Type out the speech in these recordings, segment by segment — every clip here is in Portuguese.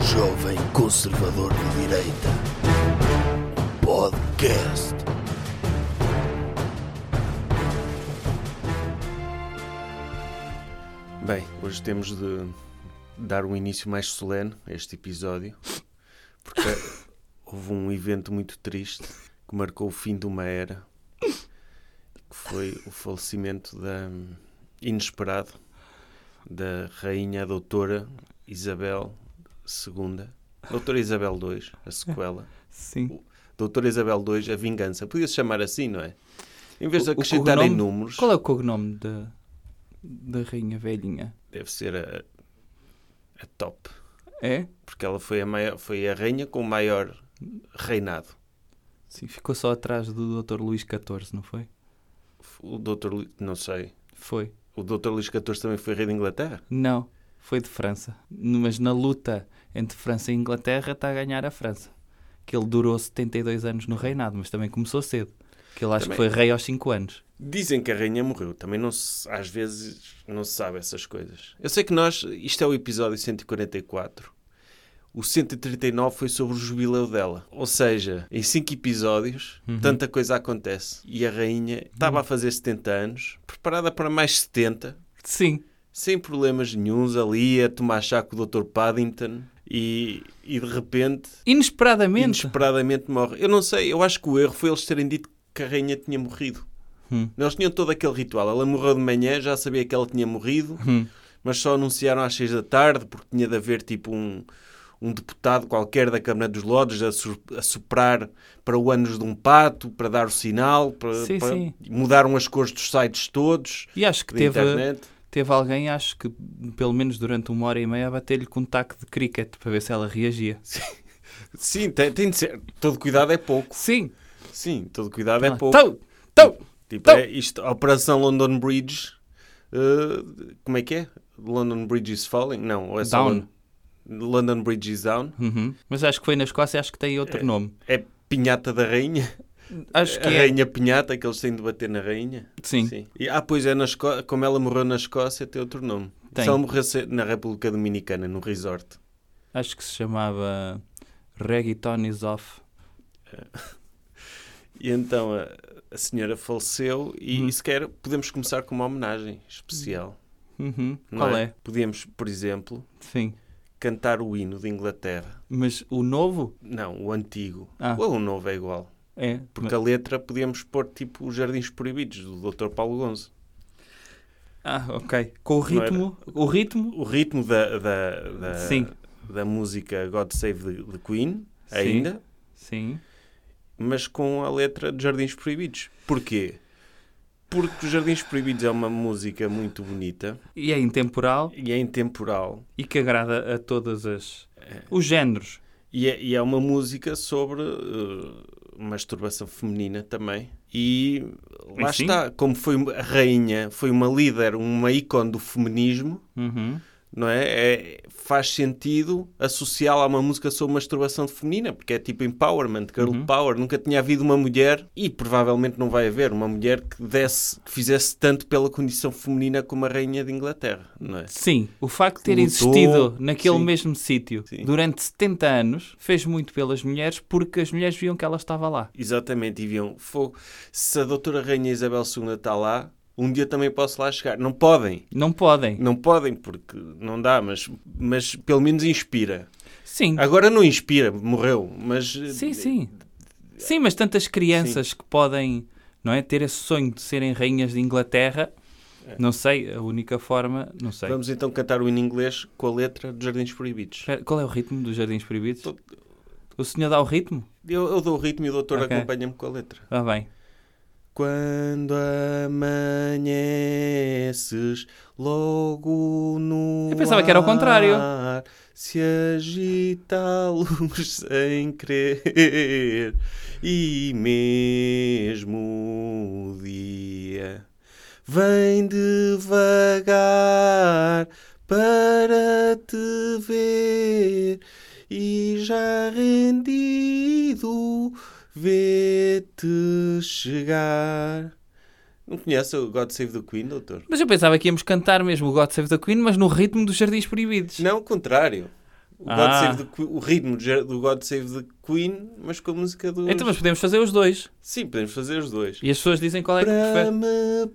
jovem conservador de direita. Podcast. Bem, hoje temos de dar um início mais solene a este episódio, porque houve um evento muito triste que marcou o fim de uma era, que foi o falecimento da inesperado da rainha doutora Isabel II, doutora Isabel II, a sequela, Sim. doutora Isabel II, a vingança. Podia-se chamar assim, não é? Em vez de O- o acrescentarem cognome- números, Qual é o cognome da, da rainha velhinha? deve ser a- a top. É? porque ela foi a, maior, foi a rainha com o maior reinado. Sim, ficou só atrás do Dr. Luís XIV, não foi? O doutor, Lu- não sei, Foi. o doutor Luís XIV também foi rei da Inglaterra? Não, foi de França. Mas na luta entre França e Inglaterra está a ganhar a França. Que ele durou 72 anos no reinado, mas também começou cedo. Que ele acho Também- que foi rei aos 5 anos. Dizem que a rainha morreu, também não se, às vezes não se sabe essas coisas. Eu sei que nós, isto é o episódio 144, o 139 foi sobre o jubileu dela. Ou seja, em cinco episódios, Uhum. tanta coisa acontece. E a rainha estava a fazer 70 anos, preparada para mais 70, Sim, sem problemas nenhuns, ali a tomar chá com o Dr. Paddington e, e de repente, inesperadamente. inesperadamente morre. Eu não sei, eu acho que o erro foi eles terem dito que a rainha tinha morrido. Hum. Eles tinham todo aquele ritual. Ela morreu de manhã, já sabia que ela tinha morrido, Hum. mas só anunciaram às seis da tarde porque tinha de haver tipo um, um deputado qualquer da Câmara dos Lordes a, sur- a soprar para o ânus de um pato, para dar o sinal, para, Sim, para- sim. mudaram as cores dos sites todos, E acho que da teve, internet. teve alguém, acho que pelo menos durante uma hora e meia, a bater-lhe com um taco de cricket para ver se ela reagia. Sim, tem, tem de ser. Todo cuidado é pouco. Sim, Sim, todo cuidado é Ah, pouco. tau, tau. Tipo, Então- é isto, a Operação London Bridge. eh, como é que é? London Bridge is falling? Não, ou é só Down. Lon- London Bridge is down. Uhum. Mas acho que foi na Escócia, acho que tem outro nome. É Pinhata da Rainha. Acho que a é. Rainha Pinhata, que eles têm de bater na Rainha. Sim. E, ah, pois é, na Esco- como ela morreu na Escócia, tem outro nome. Tem. Se ela morresse na República Dominicana, no resort. Acho que se chamava Reggaeton is off. E então a, a senhora faleceu e, Hum. e sequer podemos começar com uma homenagem especial. Uhum. não Qual é? Podíamos, por exemplo, Sim. cantar o hino de Inglaterra. Mas o novo Não, o antigo. Ah. Ou o novo é igual. é. Porque a letra podíamos pôr tipo os Jardins Proibidos, do Dr. Paulo Gonzo. Ah, ok. Com o era. ritmo. O ritmo. O ritmo da, da, é da, Sim. da música God Save the, the Queen, Sim. ainda, Sim. mas com a letra de Jardins Proibidos. Porquê? Porque os Jardins Proibidos é uma música muito bonita E é intemporal e é intemporal. e que agrada a todas as. É. Os géneros. E é, e é uma música sobre eh, masturbação feminina também. E lá Enfim. está, como foi a rainha, foi uma líder, uma ícone do feminismo, Uhum. não é? É- faz sentido associá-la a uma música sobre masturbação feminina, porque é tipo empowerment, girl power. Nunca tinha havido uma mulher, e provavelmente não vai haver, uma mulher que desse, que fizesse tanto pela condição feminina como a rainha de Inglaterra, não é? Sim, o facto de ter Lutou, existido naquele sim. mesmo sítio Sim. durante 70 anos fez muito pelas mulheres porque as mulheres viam que ela estava lá. Exatamente, e viam fogo. Se a doutora Rainha Isabel II está lá, um dia também posso lá chegar. Não podem, Não podem. não podem, porque não dá, mas, mas pelo menos inspira. Sim, Agora não inspira, morreu, mas eh, sim, sim. Sim, mas tantas crianças que podem não é, ter esse sonho de serem rainhas de Inglaterra, não sei, a única forma, não sei. É. vamos então cantar o hino inglês com a letra dos Jardins Proibidos. Espera, Qual é o ritmo dos Jardins Proibidos? Tô- O senhor dá o ritmo? Eu, eu dou o ritmo e o doutor Ok. acompanha-me com a letra. Ah, bem. Quando amanheces logo no Eu pensava que era ao contrário. ar, Se agita a luz sem querer E mesmo o dia Vem devagar para te ver E já rendido vê-te chegar Não conhece o God Save the Queen, doutor? Mas eu pensava que íamos cantar mesmo o God Save the Queen, mas no ritmo dos Jardins Proibidos. Não, o contrário. O God Ah. Save the Que- o ritmo de- do God Save the Queen, mas com a música do. Então, mas podemos fazer os dois. Sim, podemos fazer os dois. E as pessoas dizem qual é que Para prefere. me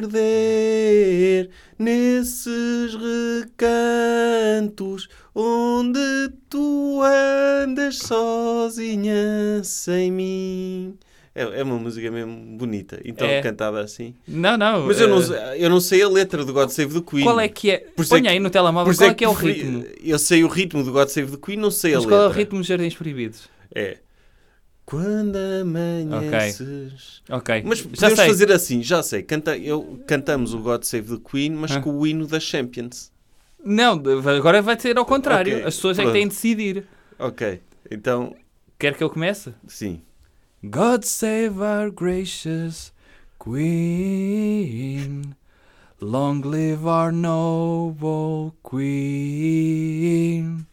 perder nesses recantos onde tu andas sozinha sem mim. É, é uma música mesmo bonita, então É. cantada assim. Não, não. Mas eu não, eh, sei- eu não sei a letra do God Save the Queen. Qual é que é? Por isso é Ponha que- aí no telemóvel isso qual é que é o preferi- ritmo. Eu sei o ritmo do God Save the Queen, não sei Mas a qual é o letra. ritmo dos Jardins Proibidos? É. Quando amanheces... Ok. Mas já podemos sei. fazer assim, já sei. Canta, eu, cantamos o God Save the Queen, mas Ah. com o hino da Champions. Não, de- agora vai ser ao contrário. Ok, As pessoas é que pronto. têm de decidir. Ok, então, Quer que eu comece? sim. God save our gracious Queen. Long live our noble Queen.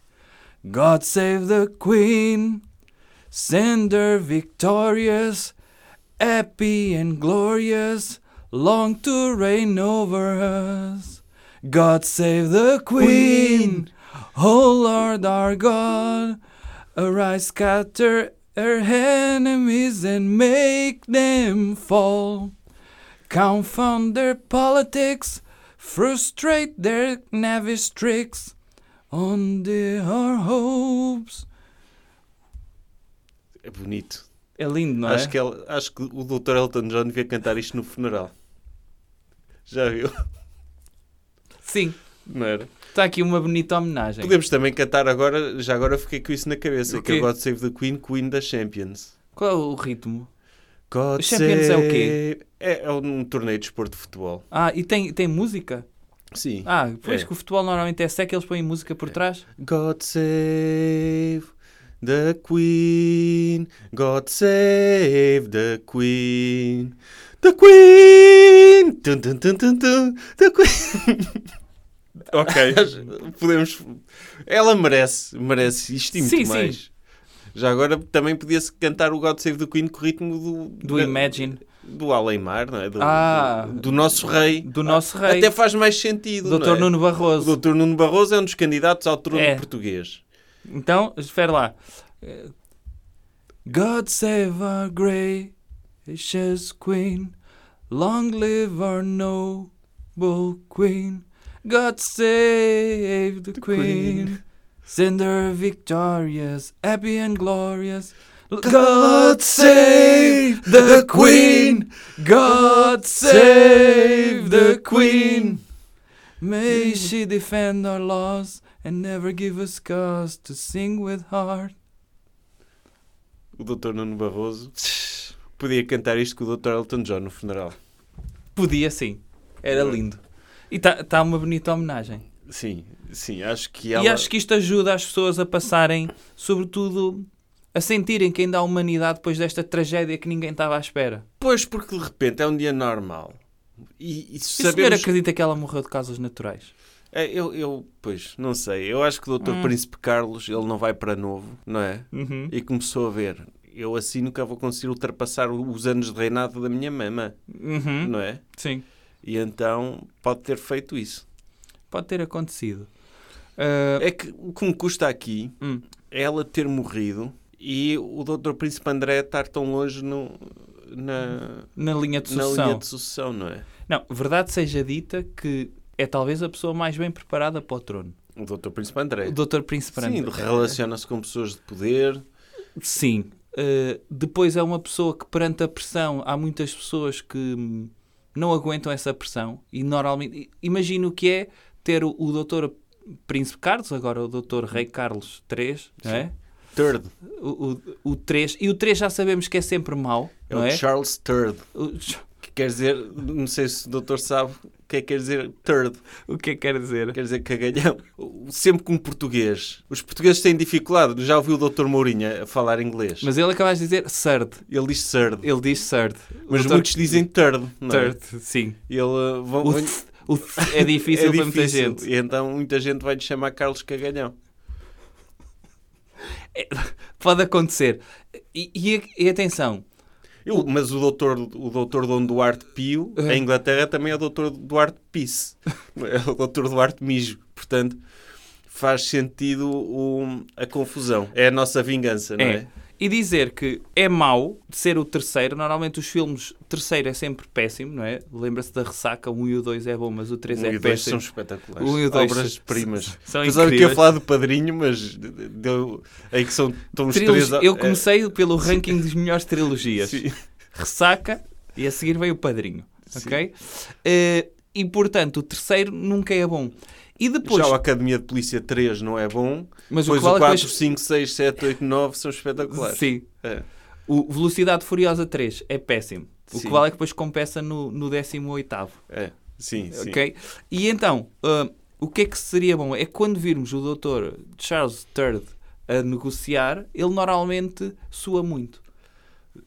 God save the Queen. Send her victorious, happy and glorious, long to reign over us. God save the Queen. O Lord our God, arise, scatter her enemies and make them fall. Confound their politics, frustrate their knavish tricks on their hopes. É bonito. É lindo, não Acho, é? que ela- acho que o Dr. Elton John devia cantar isto no funeral. Já viu? Sim, Não era? está Tá aqui uma bonita homenagem. Podemos também cantar agora, já agora fiquei com isso na cabeça, O que é quê? God Save the Queen, Queen da Champions. Qual é o ritmo? God Champions é o quê? save- É, é um torneio de esporte de futebol. Ah, e tem, tem música? Sim. Ah, pois É. que o futebol normalmente é seco, eles põem música por trás. God save the Queen. God save the Queen. The Queen! Tum, tum, tum, tum, tum. The Queen! ok, acho- podemos. Ela merece, merece isto e muito Sim, sim. mais. Já agora também podia-se cantar o God Save the Queen com o ritmo do. Do da- Imagine, Do Alemar, não é? Do, Ah. do, do nosso rei. do nosso rei, Até faz mais sentido. não Dr. é? Nuno Barroso. O Dr. Nuno Barroso é um dos candidatos ao trono É. português. Então, espera lá. Eh, God save our gracious queen, long live our noble queen. God save the, queen. queen. send her victorious, happy and glorious. God save the queen. God save the queen. May she defend our laws and never give us cause to sing with heart. O Dr. Nuno Barroso podia cantar isto com o Dr. Elton John no funeral. Podia sim, era lindo. E está tá uma bonita homenagem. Sim, sim, acho que E ela. acho que isto ajuda as pessoas a passarem, sobretudo, a sentirem que ainda há humanidade depois desta tragédia que ninguém estava à espera. Pois, porque de repente é um dia normal. E, e E o senhor sabemos. acredita que ela morreu de causas naturais? É, eu, eu, pois, não sei. Eu acho que o Dr. Hum. Príncipe Carlos, ele não vai para novo, não é? Uhum. E começou a ver. Eu assim nunca vou conseguir ultrapassar os anos de reinado da minha mama, Uhum. não é? Sim, E então pode ter feito isso. pode ter acontecido. Ah, É que o que me custa aqui hum. é ela ter morrido e o Dr. Príncipe André estar tão longe no, na, Na linha de na sucessão. linha de sucessão, não é? Não, verdade seja dita que é talvez a pessoa mais bem preparada para o trono. O Dr. Príncipe André. O Dr. Príncipe Sim, André. relaciona-se com pessoas de poder. Sim. Uh, depois é uma pessoa que perante a pressão há muitas pessoas que hum, não aguentam essa pressão e normalmente i- imagino que é ter o, o doutor Príncipe Carlos, agora o doutor Rei Carlos III, não é? Third. O, o, o 3, e o 3 já sabemos que é sempre mau, É não o é? Charles Third. O, ch- Que quer dizer, não sei se o doutor sabe o que é que quer dizer Third. o que é que quer dizer? Quer dizer cagalhão. O- Sempre com português. Os portugueses têm dificuldade. Já ouviu o Dr. Mourinho a falar inglês. Mas ele acabas de dizer third, Ele diz third. ele diz third. O Mas Dr. muitos dizem third. Não é? third, sim. Ele, uh, vão- O vão- th- o th- é difícil para muita difícil. gente. E então muita gente vai lhe chamar Carlos Cagalhão. Pode acontecer. E, e- e atenção, Eu- mas o doutor, o doutor Dom Duarte Pio, É. em Inglaterra, também é o doutor Duarte Pisse. É o doutor Duarte Mijo. Portanto, faz sentido o- a confusão. É a nossa vingança, não é? É. E dizer que é mau de ser o terceiro. Normalmente os filmes, terceiro é sempre péssimo, não é? Lembra-se da ressaca, o 1 e o 2 é bom, mas o 3 Um é e dois são péssimo. espetaculares. Um e o dois Obras-primas. são Apesar de que incríveis. ia falar do padrinho, mas deu, aí que são estão os Trilogi- três. a- Eu é, comecei pelo ranking das melhores trilogias. sim. Ressaca e a seguir veio o Padrinho, ok? Eh, e portanto, o terceiro nunca é bom. E depois, Já o Academia de Polícia 3 não é bom, Mas o pois o, qual é que 4, vais- 5, 6, 7, 8, 9 são espetaculares. sim, É. o Velocidade Furiosa 3 é péssimo. O Sim. qual é que depois compensa no, no 18º, É, sim, sim. ok? E então, ah, o que é que seria bom? É quando virmos o doutor Charles III a negociar, ele normalmente sua muito.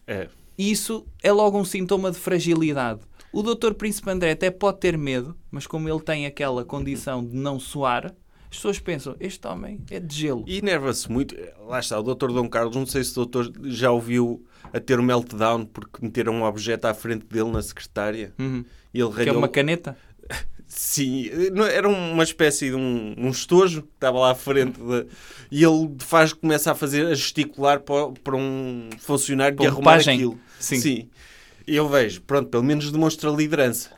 É. E isso é logo um sintoma de fragilidade. O Dr. Príncipe André até pode ter medo, mas como ele tem aquela condição de não soar, as pessoas pensam: este homem é de gelo. E enerva-se muito. Lá está, o Dr. Dom Carlos, não sei se o doutor já ouviu a ter um meltdown porque meteram um objeto à frente dele na secretária. Uhum. E ele Que é ralhou... uma caneta? Sim, não- era uma espécie de um, um estojo que estava lá à frente da- e ele faz, começa a fazer, a gesticular para, para um funcionário Para de um arrumar pajem. aquilo. Sim. E eu vejo, pronto, pelo menos demonstra liderança,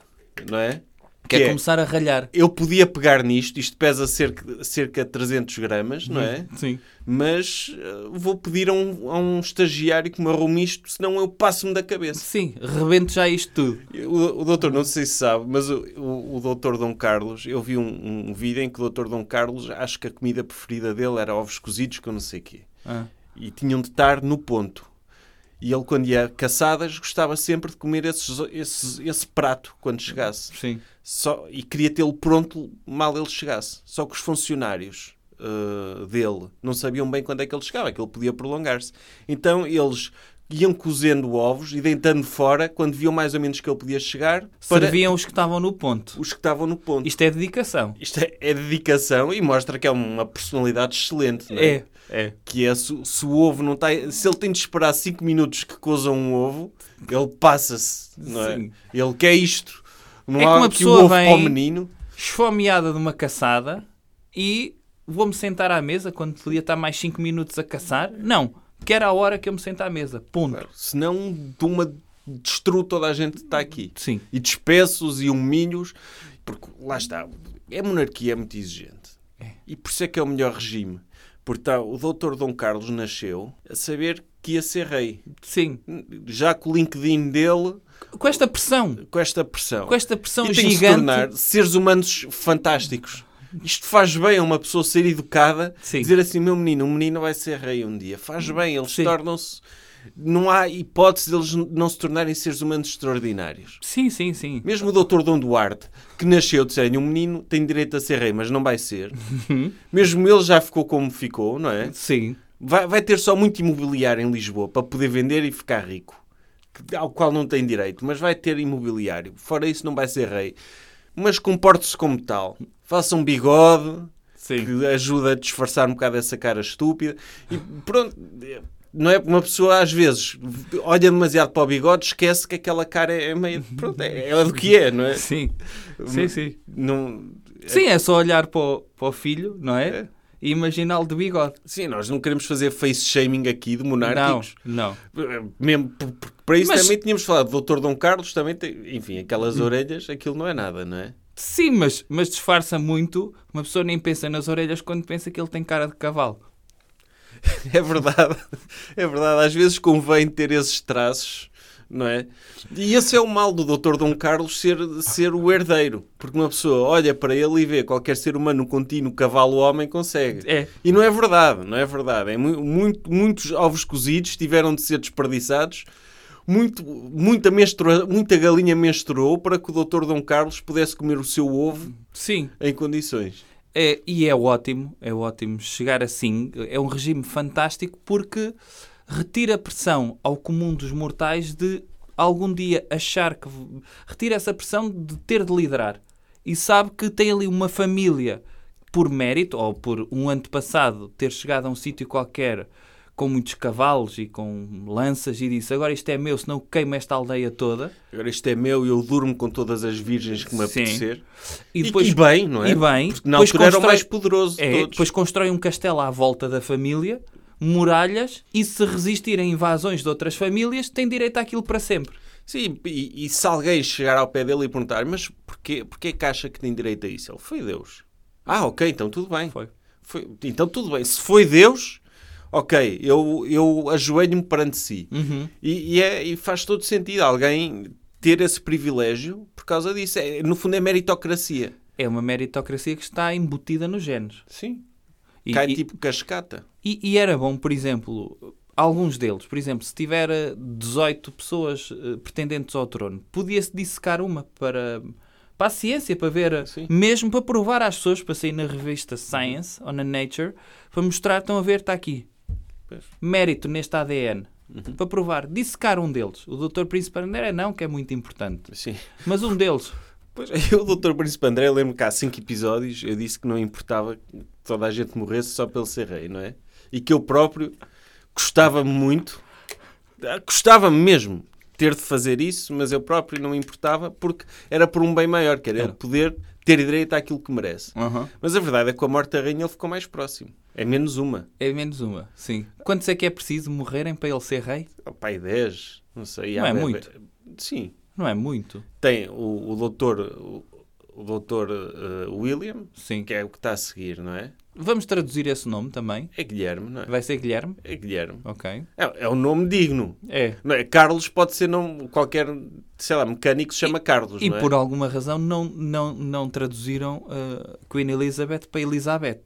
não é? Que é é, começar a ralhar. eu podia pegar nisto, isto pesa cerca, cerca de 300 gramas, não é? Sim. Mas eh, vou pedir a um, a um estagiário que me arrume isto, senão eu passo-me da cabeça. Sim, rebente já isto tudo. O, o doutor, não sei se sabe, mas o, o, o doutor Dom Carlos, eu vi um, um vídeo em que o doutor Dom Carlos, acho que a comida preferida dele era ovos cozidos com não sei quê. Ah. E tinham de estar no ponto. E ele, quando ia a caçadas, gostava sempre de comer esses, esses- esse prato quando chegasse. Sim. Só, e queria tê-lo pronto mal ele chegasse. Só que os funcionários eh, dele não sabiam bem quando é que ele chegava, que ele podia prolongar-se. Então eles iam cozendo ovos e deitando fora quando viam mais ou menos que ele podia chegar para Serviam os que estavam no ponto. os que estavam no ponto. Isto, Isto é dedicação. é, é dedicação e mostra que é uma personalidade excelente. não é? É. É. Que é se, se o ovo não está. Se ele tem de esperar 5 minutos que coza um ovo, ele passa-se. não é? Sim. Ele quer isto. Não É que há uma aqui pessoa o ovo vem- para o menino. Esfomeada de uma caçada e vou-me sentar à mesa quando podia estar mais 5 minutos a caçar? Não. Que era a hora que eu me sento à mesa. Ponto. senão de uma destruo toda a gente que está aqui. Sim. E despeços e humilhos, porque lá está, é monarquia é muito exigente. E por isso é que é o melhor regime. Portanto, o doutor Dom Carlos nasceu a saber que ia ser rei. Sim. Já com o LinkedIn dele, Com esta pressão. com esta pressão. Com esta pressão e tem de se gigante. tornar seres humanos fantásticos. Isto faz bem a uma pessoa ser educada, Sim. Hum. dizer assim, meu menino, o menino vai ser rei um dia. Faz bem, eles Sim. tornam-se... Não há hipótese deles n- não se tornarem seres humanos extraordinários. Sim, sim, sim. Mesmo o doutor Dom Duarte, que nasceu de um menino tem direito a ser rei, mas não vai ser. Mesmo ele já ficou como ficou, não é? Sim. Vai, vai ter só muito imobiliário em Lisboa para poder vender e ficar rico, que- ao qual não tem direito, mas vai ter imobiliário. Fora isso, não vai ser rei. Mas comporte-se como tal. Faça um bigode Sim. que ajuda a disfarçar um bocado essa cara estúpida. E pronto, é, não é? Uma pessoa às vezes olha demasiado para o bigode, esquece que aquela cara é meio. Pronto, é, é do que é, não é? Sim. Sim, sim. Não, Sim, é só olhar para o, para o filho, não é? E imaginá-lo de bigode. sim, nós não queremos fazer face shaming aqui de Não, monárquicos. não. Mesmo por- por- para isso Mas- também tínhamos falado do Dr. Dom Carlos, também tem, enfim, aquelas orelhas, aquilo não é nada, não é? Sim, mas, mas disfarça muito. Uma pessoa nem pensa nas orelhas quando pensa que ele tem cara de cavalo. É verdade, é verdade, às vezes convém ter esses traços, não é? E esse é o mal do Dr. Dom Carlos ser, ser o herdeiro, porque uma pessoa olha para ele e vê qualquer ser humano contínuo, cavalo, homem, consegue. É. E não é verdade, não é verdade. É mu- muito, muitos ovos cozidos tiveram de ser desperdiçados. Muito, muita, menstrua, muita galinha menstruou para que o Dr. Dom Carlos pudesse comer o seu ovo Sim. em condições. É, e é ótimo, é ótimo chegar assim. É um regime fantástico porque retira pressão ao comum dos mortais de algum dia achar que. retira essa pressão de ter de liderar. E sabe que tem ali uma família por mérito ou por um antepassado ter chegado a um sítio qualquer com muitos cavalos e com lanças e disse agora isto é meu, senão queimo esta aldeia toda. Agora isto é meu e eu durmo com todas as virgens que me Sim. apetecer. E depois, e bem, não é? e bem, Porque na depois altura era o constrói- mais poderoso de é, todos. depois constrói um castelo à volta da família, muralhas e se resistir a invasões de outras famílias tem direito àquilo para sempre. Sim, e, e se alguém chegar ao pé dele e perguntar, mas porquê, porquê que acha que tem direito a isso? Ele foi Deus. Ah, ok, então tudo bem. Foi. Foi- então tudo bem. Se foi Deus, ok, eu, eu ajoelho-me perante si. Hum. E, e é- e faz todo sentido alguém ter esse privilégio por causa disso. É, no fundo é meritocracia. É uma meritocracia que está embutida nos genes. Sim. E- Cai e- tipo cascata. E, e era bom, por exemplo, alguns deles, por exemplo, se tiver eh, 18 pessoas eh, pretendentes ao trono, podia-se dissecar uma para, para a ciência, para ver, eh, Sim. mesmo para provar às pessoas, para sair na revista Science ou na Nature, para mostrar, estão a ver, está aqui. Pois. Uhum. Mérito neste ADN. Para provar, dissecar um deles. O Dr. Príncipe André não, que é muito importante. Sim. Mas um deles. Pois, eu, o Dr. Príncipe André, lembro que há cinco episódios eu disse que não importava que toda a gente morresse só pelo ser rei, não é? E que eu próprio gostava-me muito, ah, gostava-me mesmo ter de fazer isso, mas eu próprio não me importava porque era por um bem maior, que era, ele poder ter direito àquilo que merece. Mas a verdade é que com a morte da rainha ele ficou mais próximo. É menos uma. É menos uma, sim. Quantos é que é preciso morrerem para ele ser rei? Oh, pai, 10, não sei. Não há- é muito. Sim. Não é muito? Tem o, o doutor, o, o doutor eh, William, Sim. que é o que está a seguir, não é? Vamos traduzir esse nome também. É Guilherme, não é? Vai ser Guilherme? É Guilherme. Ok. É, é um nome digno. É. Não é? Carlos pode ser nome, qualquer, sei lá, mecânico se chama Carlos, E não é? por alguma razão não, não, não traduziram uh, Queen Elizabeth para Elizabeth.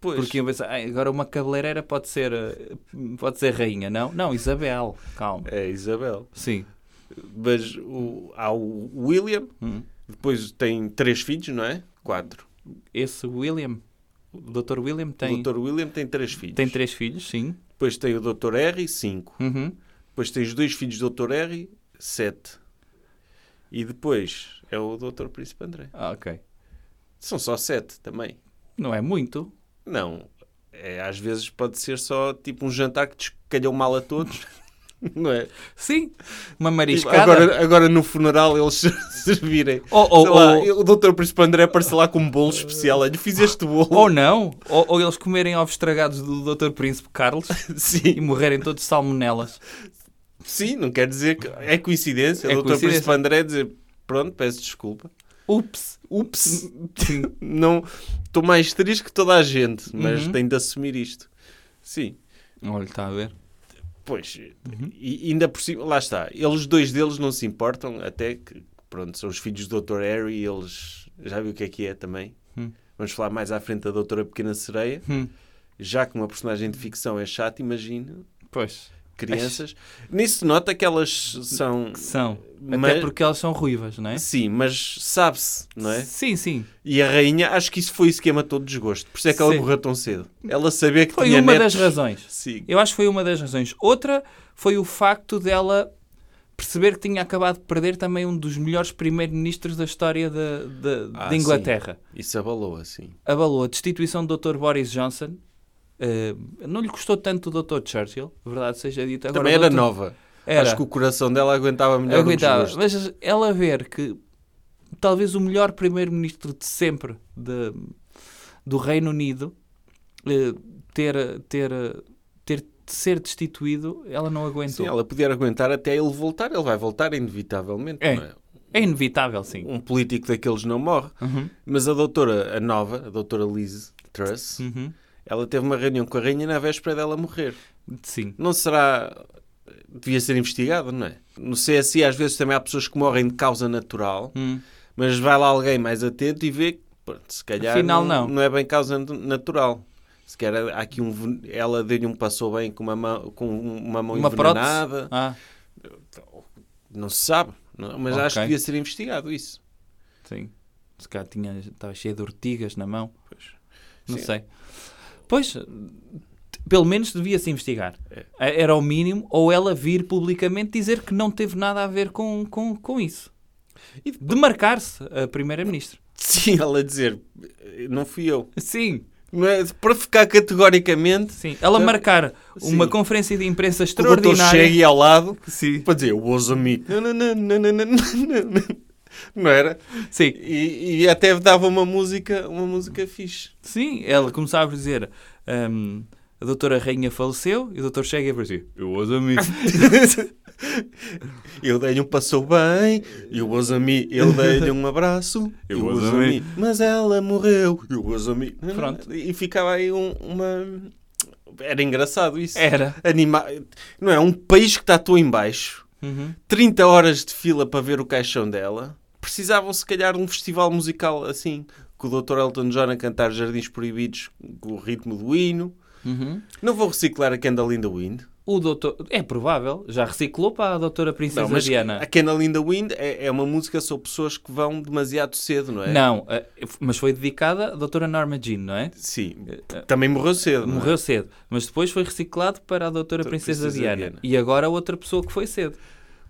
Pois. Porque iam pensar, "Ah, agora uma cabeleireira pode ser, uh, pode ser rainha, não? Não, Isabel, calma. É Isabel. Sim. Mas o, há o William, Hum. depois tem três filhos, não é? Quatro. Esse William, o Dr. William tem, O doutor William tem três filhos. tem três filhos, sim. Depois tem o doutor R, cinco. Uhum. Depois tem os dois filhos do doutor R, sete. E depois é o doutor Príncipe André. Ah, ok. São só sete também. Não é muito. Não. É, às vezes pode ser só tipo um jantar que descalhou mal a todos. Não é? Sim. Uma Tipo, mariscada. agora, agora no funeral eles servirem. Ou- ou- Sei lá, ou- O doutor Príncipe André aparece lá com um bolo especial. Olha, fiz este bolo. Ou não. Ou, ou eles comerem ovos estragados do Dr. Príncipe Carlos e Sim, morrerem todos de salmonelas. sim, não quer dizer que. É coincidência. É o doutor coincidência. Príncipe André dizer: Pronto, peço desculpa. Ups. Ups, Sim. não estou mais triste que toda a gente, mas Uhum. tenho de assumir isto. Sim, Olha, está a ver. pois, Uhum. e ainda por cima, lá está, eles dois deles não se importam, até que, pronto, são os filhos do Dr. Harry, eles já viu o que é que é também. Hum. Vamos falar mais à frente da Doutora Pequena Sereia, Hum. já que uma personagem de ficção é chata, imagina, Pois. crianças. Nisso se nota que elas são. Que são. Mas- Até porque elas são ruivas, não é? Sim, mas sabe-se, não é? Sim, sim. E a rainha, acho que isso foi o esquema todo de desgosto. Por isso é que ela Sim. morreu tão cedo. Ela sabia que Foi tinha uma netos. das razões. Sim. Eu acho que foi uma das razões. Outra foi o facto dela perceber que tinha acabado de perder também um dos melhores primeiros-ministros da história da da- Ah, de Inglaterra. Isso abalou, assim. Abalou a destituição do Dr. Boris Johnson. Eh, não lhe custou tanto o Dr. Churchill, verdade seja dita. Agora, Também o era Dr. nova. Era. Acho que o coração dela aguentava É melhor Aguentava. o desgosto. Mas ela ver que talvez o melhor primeiro-ministro de sempre de- do Reino Unido eh, ter, ter, ter de ser destituído, ela não aguentou. Sim, ela podia argumentar até ele voltar. Ele vai voltar, inevitavelmente. É. não é? É inevitável, sim. Um político daqueles não morre. Uhum. Mas a doutora, a nova, a doutora Liz Truss, Uhum. ela teve uma reunião com a rainha na véspera dela morrer. Sim. Não será... Devia ser investigado, não é? No CSI às vezes também há pessoas que morrem de causa natural. Hum. Mas vai lá alguém mais atento e vê que, pronto, se calhar Afinal, não, não. não é bem causa nat- natural. Se calhar há aqui um, ven- ela deu-lhe um passou bem com uma mão, com uma mão Uma prótese. envenenada. Ah, Não se sabe. não- mas Ok. acho que devia ser investigado isso. sim. Se calhar tinha, estava cheia de ortigas na mão. Pois. Não Sim. sei. Pois, t- pelo menos devia-se investigar. É. Era o mínimo. Ou ela vir publicamente dizer que não teve nada a ver com, com, com isso. E demarcar-se a Primeira-Ministra. Sim, ela dizer, "Eh, não fui eu. Sim. Não é? Para ficar categoricamente, Sim, ela Sabe- marcar Sim. uma conferência de imprensa o doutor chega extraordinária. e ao lado Sim, para dizer, os amigos. Não, não, não, não, não, não, não, não. Não era? sim, E, e até dava uma música, uma música fixe. sim, ela começava a dizer. hum, a doutora Rainha faleceu e o doutor chega e fala assim: Eu os amigos. Eu dei-lhe um passou bem, eu os ami, eu dei-lhe um abraço, Eu eu os os amei. ami, mas ela morreu, eu os ami. Pronto. E ficava aí um- uma... Era engraçado isso. Era. Anima... Não é? Um país que está tão em baixo, Uhum. 30 horas de fila para ver o caixão dela, precisavam se calhar de um festival musical assim, com o Dr. Elton John a cantar Jardins Proibidos com o ritmo do hino. Uhum. Não vou reciclar a Candle in the Wind. O doutor. É provável, já reciclou para a doutora Princesa Não, mas Diana. a Candle in the Wind é, é uma música sobre pessoas que vão demasiado cedo, não é? Não, eh, mas foi dedicada à doutora Norma Jean, não é? Sim. Também morreu cedo, não é? Morreu cedo, mas depois foi reciclado para a doutora Princesa, Princesa Diana. Diana. E agora outra pessoa que foi cedo.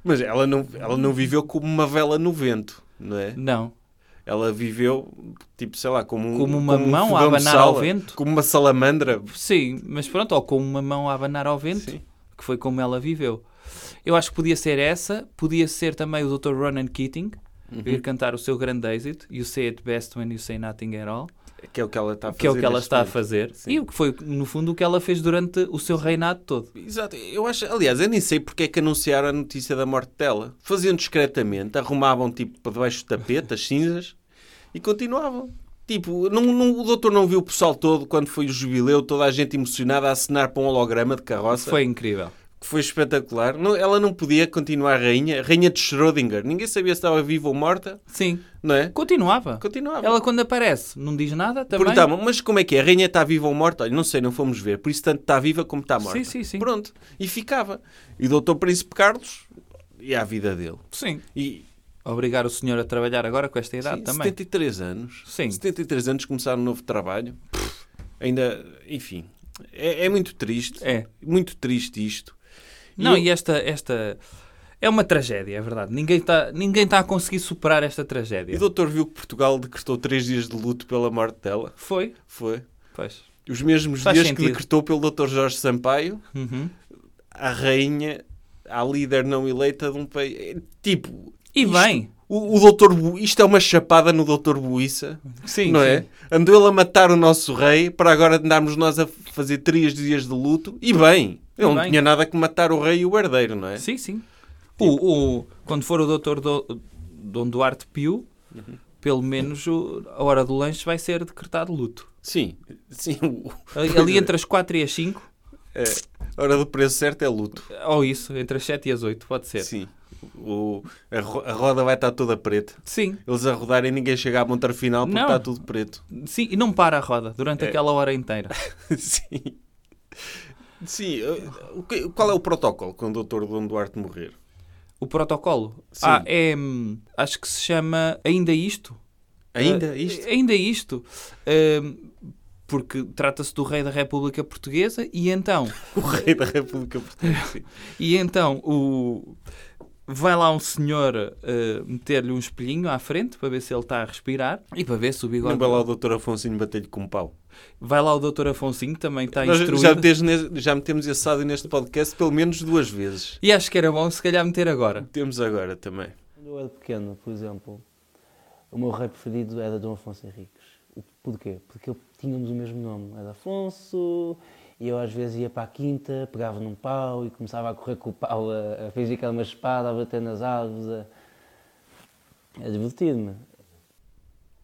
Mas ela não, ela não viveu como uma vela no vento, não é? Não. Ela viveu, tipo, sei lá, como, um- Como uma um mão a fogão de abanar ao sala, vento. Como uma salamandra. Sim, mas pronto, ou com uma mão a abanar ao vento, Sim. que foi como ela viveu. Eu acho que podia ser essa, podia ser também o Dr. Ronan Keating, Uhum. vir cantar o seu grande êxito, You Say It Best When You Say Nothing At All, Que é o que ela está a fazer. que é o que ela neste está a momento. fazer. Sim. E o que foi, no fundo, o que ela fez durante o seu reinado todo. Exato. Eu acho, aliás, eu nem sei porque é que anunciaram a notícia da morte dela. Faziam discretamente, arrumavam tipo para debaixo do tapete as cinzas e continuavam. Tipo, não, não- o doutor não viu o pessoal todo quando foi o jubileu, toda a gente emocionada a acenar para um holograma de carroça. Foi incrível. Que foi espetacular. Não- ela não podia continuar rainha, rainha de Schrödinger. Ninguém sabia se estava viva ou morta, Sim, não é? continuava. Continuava. Ela quando aparece não diz nada também. Perguntavam, mas como é que é? A rainha está viva ou morta? Olha, não sei, não fomos ver. Por isso, tanto está viva como está morta. Sim, sim, sim. Pronto. E ficava. E o doutor Príncipe Carlos e a vida dele. Sim. E Obrigar o senhor a trabalhar agora com esta idade sim, Ah, também. 73 anos. Sim. 73 anos, começar um novo trabalho. Ainda, enfim. É, é muito triste. É. Muito triste isto. E um. Não, eu- e esta, esta é uma tragédia, é verdade. Ninguém está ninguém tá a conseguir superar esta tragédia. E o doutor viu que Portugal decretou três dias de luto pela morte dela. Foi? Foi. Pois. Os mesmos Faz dias que sentido. decretou pelo doutor Jorge Sampaio. Uhum. à rainha, à líder não eleita de um país. É, Tipo, E isto- bem. o, o doutor Bu- isto é uma chapada no doutor Buíça, Sim, não sim. é? Andou ele a matar o nosso rei para agora andarmos nós a fazer três dias de luto. E bem, ele E não bem. tinha nada que matar o rei e o herdeiro, não é? Sim, sim. O, o- quando for o doutor do, Dom Duarte Pio, Uhum. pelo menos o- a hora do lanche vai ser decretado luto. Sim, sim. o- Ali Pois é. entre as 4 e as 5, É, a hora do preço certo é luto. ou isso, entre as 7 e as 8, pode ser. Sim. O, a, ro- a roda vai estar toda preta. Sim. Eles a rodarem e ninguém chega à montar final porque Não. está tudo preto. Sim, e não para a roda É. durante aquela hora inteira. Sim. Sim. eh, o que- Qual é o protocolo quando o Dr. Dom Duarte morrer? O protocolo. Sim. Ah, é. hum, Acho que se chama Ainda Isto. Ainda Ah, isto? Ainda Isto. Hum, porque trata-se do rei da República Portuguesa e então. O rei da República Portuguesa. sim. E então o. Vai lá um senhor ah, meter-lhe um espelhinho à frente para ver se ele está a respirar e para ver se o bigode. Não vai lá o Dr. Afonsinho bater-lhe com um pau. Vai lá o doutor Afonsinho, também está Nós instruído. já, metes ne- já metemos esse sábado neste podcast pelo menos duas vezes. E acho que era bom se calhar meter agora. Temos agora também. Quando eu era pequeno, por exemplo, o meu rei preferido era Dom Afonso Henriques. O- Porquê? Porque ele- tínhamos o mesmo nome. Era Afonso, e eu às vezes ia para a quinta, pegava num pau e começava a correr com o pau, a, a fingir que era uma espada, a bater nas árvores, a, a divertir-me.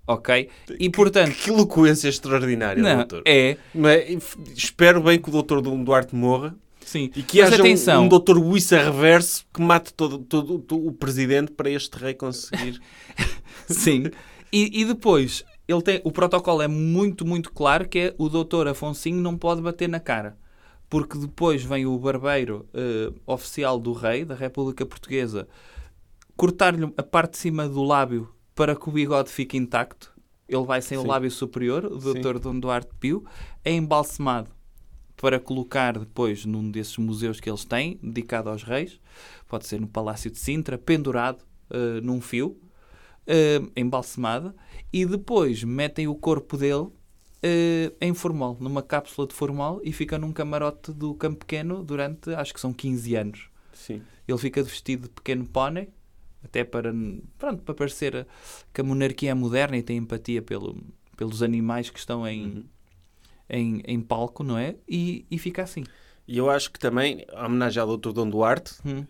Ok? E portanto. Que eloquência extraordinária, Não, doutor. é. Não é? E f- Espero bem que o Dr. Dom Duarte morra Sim. e que Mas haja um- atenção. um, Dr. Luísa Reverso que mate todo, todo- todo o presidente para este rei conseguir. Sim. E, e depois, ele tem, o protocolo é muito, muito claro que é o doutor Afonsinho não pode bater na cara. Porque depois vem o barbeiro eh, oficial do rei, da República Portuguesa, cortar-lhe a parte de cima do lábio para que o bigode fique intacto. Ele vai sem o lábio superior, o doutor Dom Duarte Pio, é embalsamado para colocar depois num desses museus que eles têm, dedicado aos reis. Pode ser no Palácio de Sintra, pendurado eh, num fio, eh, embalsamado. E depois metem o corpo dele eh, em formal, numa cápsula de formal e fica num camarote do Campo Pequeno durante, acho que são 15 anos. Sim. Ele fica vestido de pequeno pônei, até para, pronto, para parecer a- que a monarquia é moderna e tem empatia pelo, pelos animais que estão em, Uhum. em, em palco, não é? E, e fica assim. E eu acho que também, a homenagem ao Dr. Dom Duarte, Hum,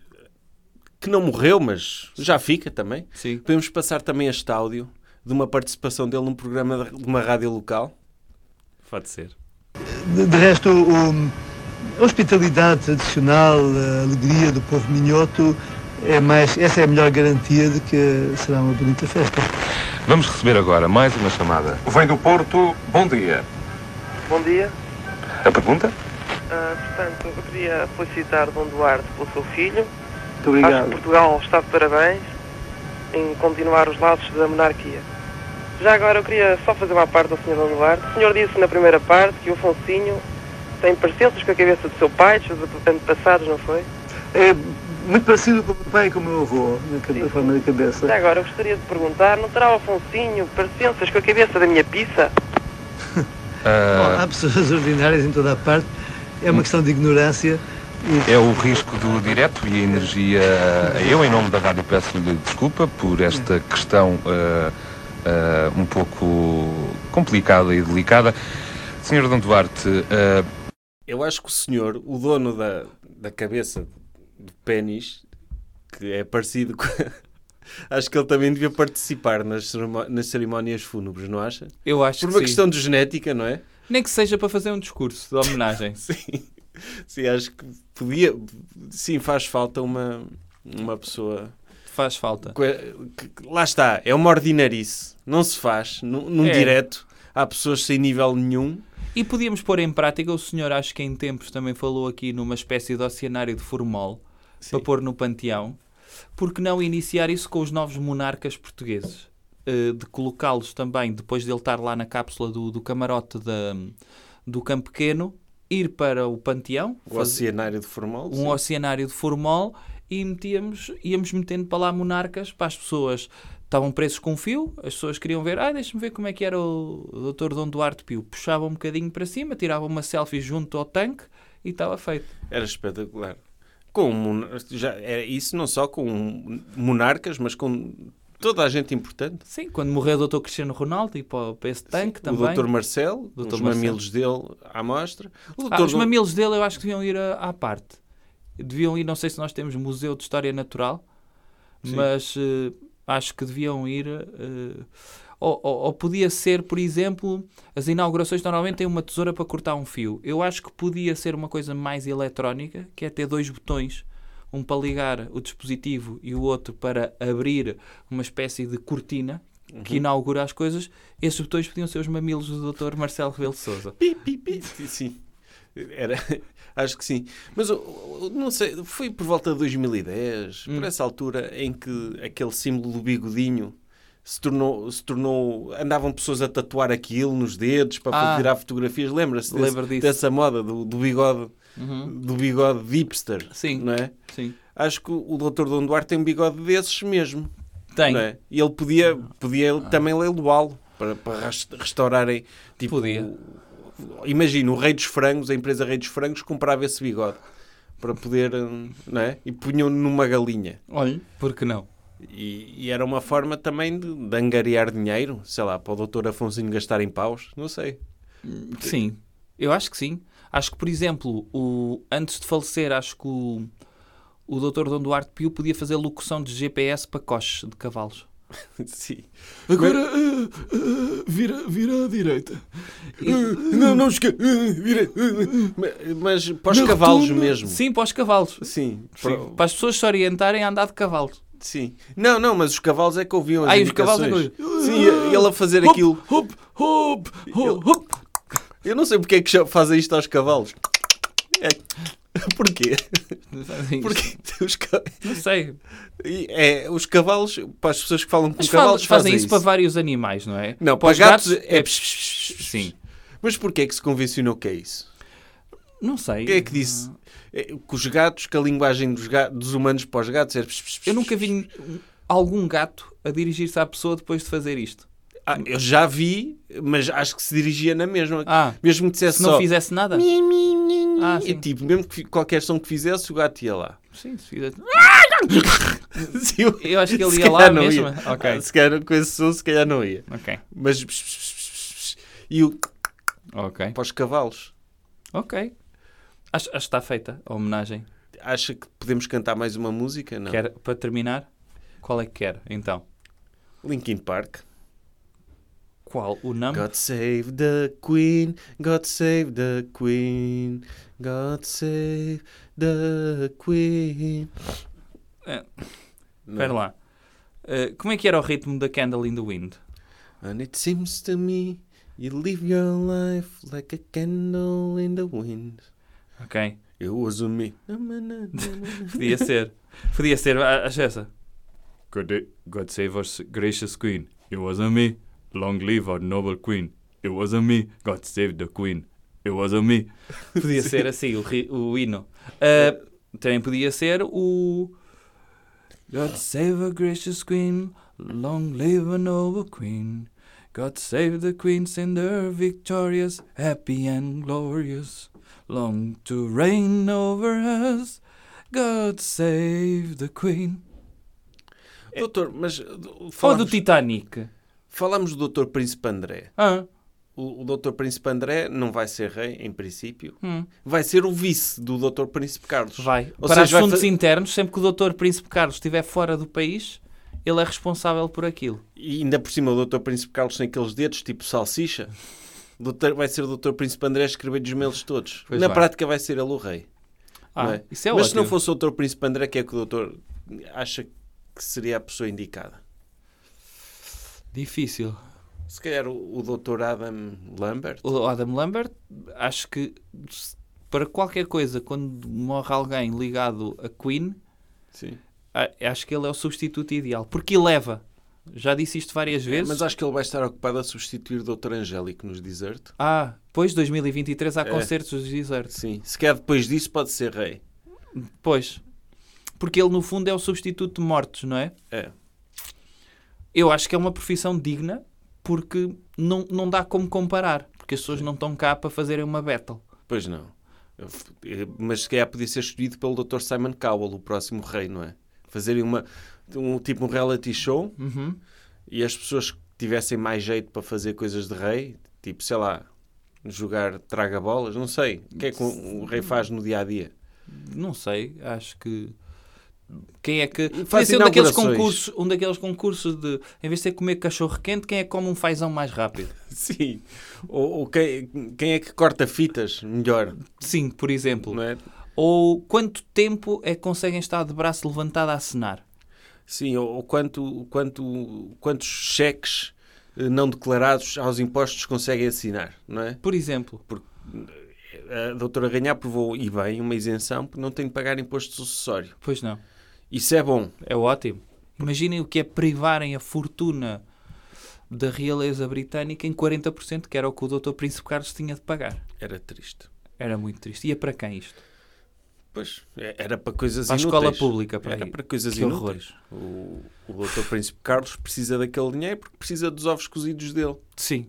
que não morreu, mas já fica também. sim. Podemos passar também este áudio de uma participação dele num programa de uma rádio local. Pode ser. De, de resto, o- a hospitalidade tradicional, a alegria do povo minhoto, é mais, essa é a melhor garantia de que será uma bonita festa. Vamos receber agora mais uma chamada. Vem do Porto, bom dia. Bom dia. A pergunta? Ah, portanto, eu queria felicitar Dom Duarte pelo seu filho. Muito Acho que Portugal está de parabéns em continuar os laços da monarquia. Já agora eu queria só fazer uma parte ao Sr. Dom Duarte. O senhor disse na primeira parte que o Afonsinho tem parecenças com a cabeça do seu pai, dos seus antepassados, não foi? É muito parecido com o meu pai e com o meu avô, na cabe- Sim. forma da Já cabeça. agora eu gostaria de perguntar, não terá o Afonsinho parecenças com a cabeça da minha pizza? Ah, Há pessoas ordinárias em toda a parte, é uma questão de ignorância. E... é o risco do direto e a energia. Eu, em nome da rádio, peço-lhe desculpa por esta questão ah, ah, um pouco complicada e delicada. Senhor Dom Duarte, ah, Eu acho que o senhor, o dono da, da cabeça do pênis, que é parecido com. acho que ele também devia participar nas, cerimo- nas cerimónias fúnebres, não acha? Eu acho Por que uma sim. questão de genética, não é? Nem que seja para fazer um discurso de homenagem. Sim. Sim, acho que podia. Sim, faz falta uma, uma pessoa. Faz falta. que- que- que- Lá está, é uma ordinarice. Não se faz num, num É. direto. Há pessoas sem nível nenhum. E podíamos pôr em prática, o senhor acho que em tempos também falou aqui numa espécie de oceanário de formol, para pôr no panteão, porque não iniciar isso com os novos monarcas portugueses? Eh, de colocá-los também, depois de ele estar lá na cápsula do, do camarote da, do Campo Pequeno, ir para o panteão, O oceanário de formal. um oceanário de formol e metíamos, íamos metendo para lá monarcas para as pessoas. Estavam presos com fio, as pessoas queriam ver, ah, deixa-me ver como é que era o o Dr. Dom Duarte Pio. Puxava um bocadinho para cima, tirava uma selfie junto ao tanque e estava feito. Era espetacular. Com um mon- já era isso não só com um- monarcas, mas com toda a gente importante. Sim, quando morreu o Dr. Cristiano Ronaldo e para, para esse tanque O também. Dr. Marcelo, Dr. os Marcelo. mamilos dele à mostra. O Ah, Dr. os Dom- mamilos dele eu acho que deviam ir a- à parte. Deviam ir, não sei se nós temos Museu de História Natural, mas eh, acho que deviam ir. eh, ou, ou- ou podia ser, por exemplo, as inaugurações normalmente têm uma tesoura para cortar um fio. Eu acho que podia ser uma coisa mais eletrónica, que é ter dois botões. Um para ligar o dispositivo e o outro para abrir uma espécie de cortina que inaugura as coisas. Esses botões podiam ser os mamilos do Dr. Marcelo Rebelo de Souza. Pi, pi, pi. Sim. Era, acho que sim. Mas eu- eu não sei, foi por volta de 2010, Hum. por essa altura em que aquele símbolo do bigodinho se tornou, se tornou. Andavam pessoas a tatuar aquilo nos dedos para Ah. tirar fotografias. Lembra-se desse- Lembro disso. Uhum. dessa moda do, do bigode do bigode hipster? Sim. Não é? Sim. Acho que o Dr. Dom Duarte tem um bigode desses mesmo. Tem. Ah. não é? E ele podia, podia também leiloá-lo para, para ras- restaurarem. Tipo, Podia. o- Imagina, o Rei dos Frangos, a empresa Rei dos Frangos, comprava esse bigode para poder. hum, Não é? E punham numa galinha. Olha, porque não? E, e era uma forma também de, de angariar dinheiro, sei lá, para o Dr. Afonsinho gastar em paus, não sei. Sim, eu acho que sim. Acho que, por exemplo, o, antes de falecer, acho que o, o Dr. Dom Duarte Pio podia fazer locução de GPS para coches de cavalos. Sim. Agora ah, vira, vira à direita. Não, não esque... ah, Mas, mas para os cavalos mesmo. Sim, para os cavalos. Sim, Sim, Para as pessoas se orientarem a andar de cavalo. Sim. Não, não, mas os cavalos é que ouviam as Ah, e os indicações. cavalos é que Sim, e- e ele a fazer aquilo. Hop, hop, hop, hop. Eu não sei porque é que já fazem isto aos cavalos. É... Porquê? Porque os, ca- Não sei. e é, os cavalos, para as pessoas que falam com Mas fa- cavalos, fazem, isso, para vários animais, não é? Não, para os gatos, é... Sim. Sim. Mas porquê é que se convencionou que é isso? Não sei. Quem é que disse é, que os gatos, que a linguagem dos, ga- dos humanos para os gatos é... Eu nunca vi algum gato a dirigir-se à pessoa depois de fazer isto. Ah, eu já vi, mas acho que se dirigia na mesma. Ah, mesmo que dissesse se não só... fizesse nada. "Mi, mi, mi, mi", Ah, e sim. tipo, mesmo que fi- qualquer som que fizesse, o gato ia lá. Sim, se fizesse. Se eu- Eu acho que ele se ia lá calhar não mesmo. ia. Ok. Ah, Se calhar com esse som, se calhar não ia. Ok. Mas. E o. Ok. Para os cavalos. Ok. Acho, acho que está feita a homenagem. Acha que podemos cantar mais uma música? Não. Quer, para terminar, qual é que quer? Então, Linkin Park. qual o nome? God save the Queen, God save the Queen, God save the Queen. É. Não. Espera lá. Eh, como é que era o ritmo da Candle in the Wind? And it seems to me you live your life like a candle in the wind. Ok. It was me. Podia ser. Podia ser. a- Acho essa. God, God save us, gracious queen. It was a me. Long live our noble queen. It was a me. God save the queen. It was a me. Podia ser assim o, ri- o hino. Ah, também podia ser o... God save our gracious queen. Long live our noble queen. God save the queens and her victorious, happy and glorious. Long to reign over us. God save the Queen. Doutor, mas Ou eh, do falamos, Titanic. falamos do Doutor Príncipe André. Ah, O, o Doutor Príncipe André não vai ser rei, em princípio. hum, Vai ser o vice do Doutor Príncipe Carlos. vai. Ou Para seja, vai assuntos fa- internos, sempre que o Dr. Príncipe Carlos estiver fora do país, ele é responsável por aquilo. E ainda por cima o Doutor Príncipe Carlos tem aqueles dedos tipo salsicha. Doutor, vai ser o Doutor Príncipe André a escrever dos meles todos. Pois Na vai. prática vai ser ele o rei. Ah, não é? isso é Mas ótimo. se não fosse o Doutor Príncipe André, que é que o Doutor acha que seria a pessoa indicada? Difícil. Se calhar o, o Doutor Adam Lambert. O Adam Lambert, acho que se- para qualquer coisa, quando morre alguém ligado a Queen, Sim. a- acho que ele é o substituto ideal. Porque eleva. Já disse isto várias vezes. É, Mas acho que ele vai estar ocupado a substituir o Doutor Angélico nos deserto. Ah, pois 2023 há É. concertos dos desertos. Sim. Se calhar depois disso pode ser rei. Pois. Porque ele, no fundo, é o substituto de mortos, não é? É. Eu acho que é uma profissão digna porque não, não dá como comparar. Porque as pessoas não estão cá para fazerem uma battle. Pois não. Eu f- eh, Mas se calhar podia ser escolhido pelo Dr. Simon Cowell, o próximo rei, não é? Fazerem uma, um tipo um reality show Uhum. e as pessoas que tivessem mais jeito para fazer coisas de rei, tipo, sei lá, jogar traga-bolas, não sei. O que é que um um rei faz no dia a dia? Não sei, acho que. Quem é que. Faz Podia ser um daqueles, inaugurações. concursos, um daqueles concursos de. Em vez de ter que comer cachorro quente, quem é que come um fazão mais rápido? Sim. Ou, ou quem, quem é que corta fitas melhor, Sim, por exemplo. não é? Ou quanto tempo é que conseguem estar de braço levantado a acenar? Sim, ou, ou quanto, quanto, quantos cheques eh, não declarados aos impostos conseguem assinar, não é? Por exemplo. a doutora Ganhar aprovou, e bem, uma isenção porque não tem de pagar imposto sucessório. Pois não. Isso é bom. É ótimo. Imaginem o que é privarem a fortuna da realeza britânica em 40%, que era o que o Dr. Príncipe Carlos tinha de pagar. Era triste. Era muito triste. E é para quem isto? Pois, é- era para coisas Para a inúteis. escola pública, para Era aí. para coisas Que inúteis. O, o doutor Príncipe Carlos precisa daquele dinheiro porque precisa dos ovos cozidos dele. Sim.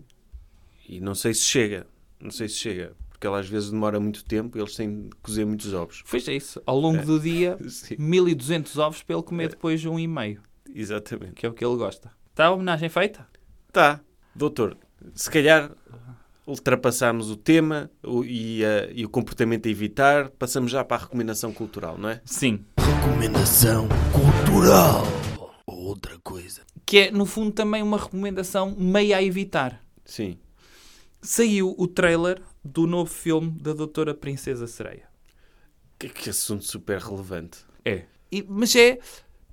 E não sei se chega. Não sei se chega. Porque ela às vezes demora muito tempo e eles têm de cozer muitos ovos. Pois é isso. Ao longo do dia, Sim, 1200 ovos para ele comer depois um e meio, exatamente. que é o que ele gosta. Está a homenagem feita? Tá. Doutor, se calhar ultrapassámos o tema o- e, eh, e o comportamento a evitar, passamos já para a recomendação cultural, não é? Sim. Recomendação cultural. Ou outra coisa. Que é, no fundo, também uma recomendação meia a evitar. Sim. Saiu o trailer do novo filme da Doutora Princesa Sereia. Que, que assunto super relevante. É. E- mas é.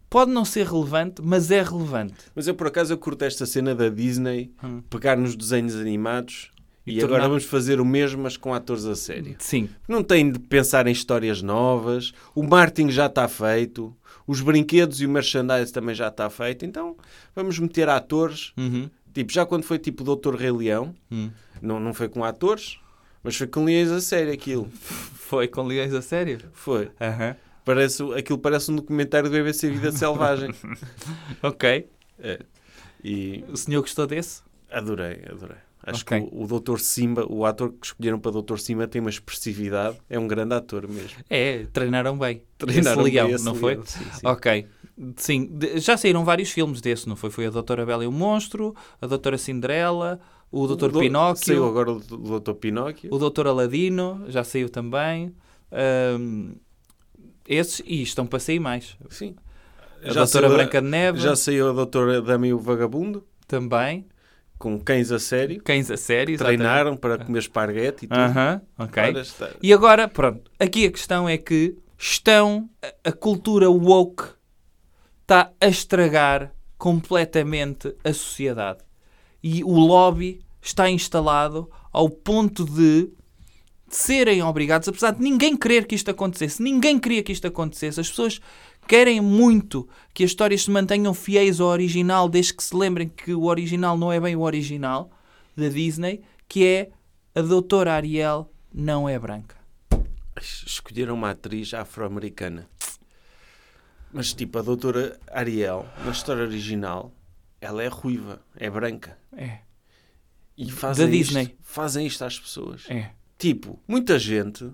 Pode não ser relevante, mas é relevante. Mas eu por acaso eu curto esta cena da Disney Hum. pegar nos desenhos animados E e, tornar- agora vamos fazer o mesmo, mas com atores a sério. Sim. Não tem de pensar em histórias novas, o marketing já está feito, os brinquedos e o merchandise também já está feito, então vamos meter atores, tipo, já quando foi tipo Doutor Rei Leão, Uhum. Hum. não, não foi com atores, mas foi com leões a sério aquilo. Foi com leões a sério? Foi. Aham. Parece, aquilo parece um documentário do BBC Vida Selvagem. Ok. E O senhor gostou desse? Adorei, adorei. Acho Ok. que o, o Dr. Simba, o ator que escolheram para Dr. Simba, tem uma expressividade. É um grande ator mesmo. É, treinaram bem. Treinaram esse leão, bem esse não foi? leão, sim, sim. Ok. Sim, de- já saíram vários filmes desse, não foi? Foi a Doutora Bela e o Monstro, a Doutora Cinderela, o Doutor do- Saiu Pinóquio, agora o do- do Dr. Pinóquio. o Doutor Aladino, já saiu também. Ahm, esses, e estão para sair mais. Sim. A Doutora saiu Branca de Neve Já saiu a Doutora Dama e o Vagabundo, também. com cães a sério. Cães a sério, exatamente. Treinaram para comer esparguete e tudo. Aham, ok. Ora, está- E agora, pronto, aqui a questão é que estão a, a cultura woke está a estragar completamente a sociedade. E o lobby está instalado ao ponto de serem obrigados, apesar de ninguém querer que isto acontecesse, ninguém queria que isto acontecesse, as pessoas querem muito que as histórias se mantenham fiéis ao original, desde que se lembrem que o original não é bem o original da Disney, que é a Doutora Ariel não é branca. Escolheram uma atriz afro-americana. Mas tipo, a doutora Ariel, na história original, ela é ruiva, é branca. É, E fazem, isto, Disney. fazem isto às pessoas. é. Tipo, muita gente,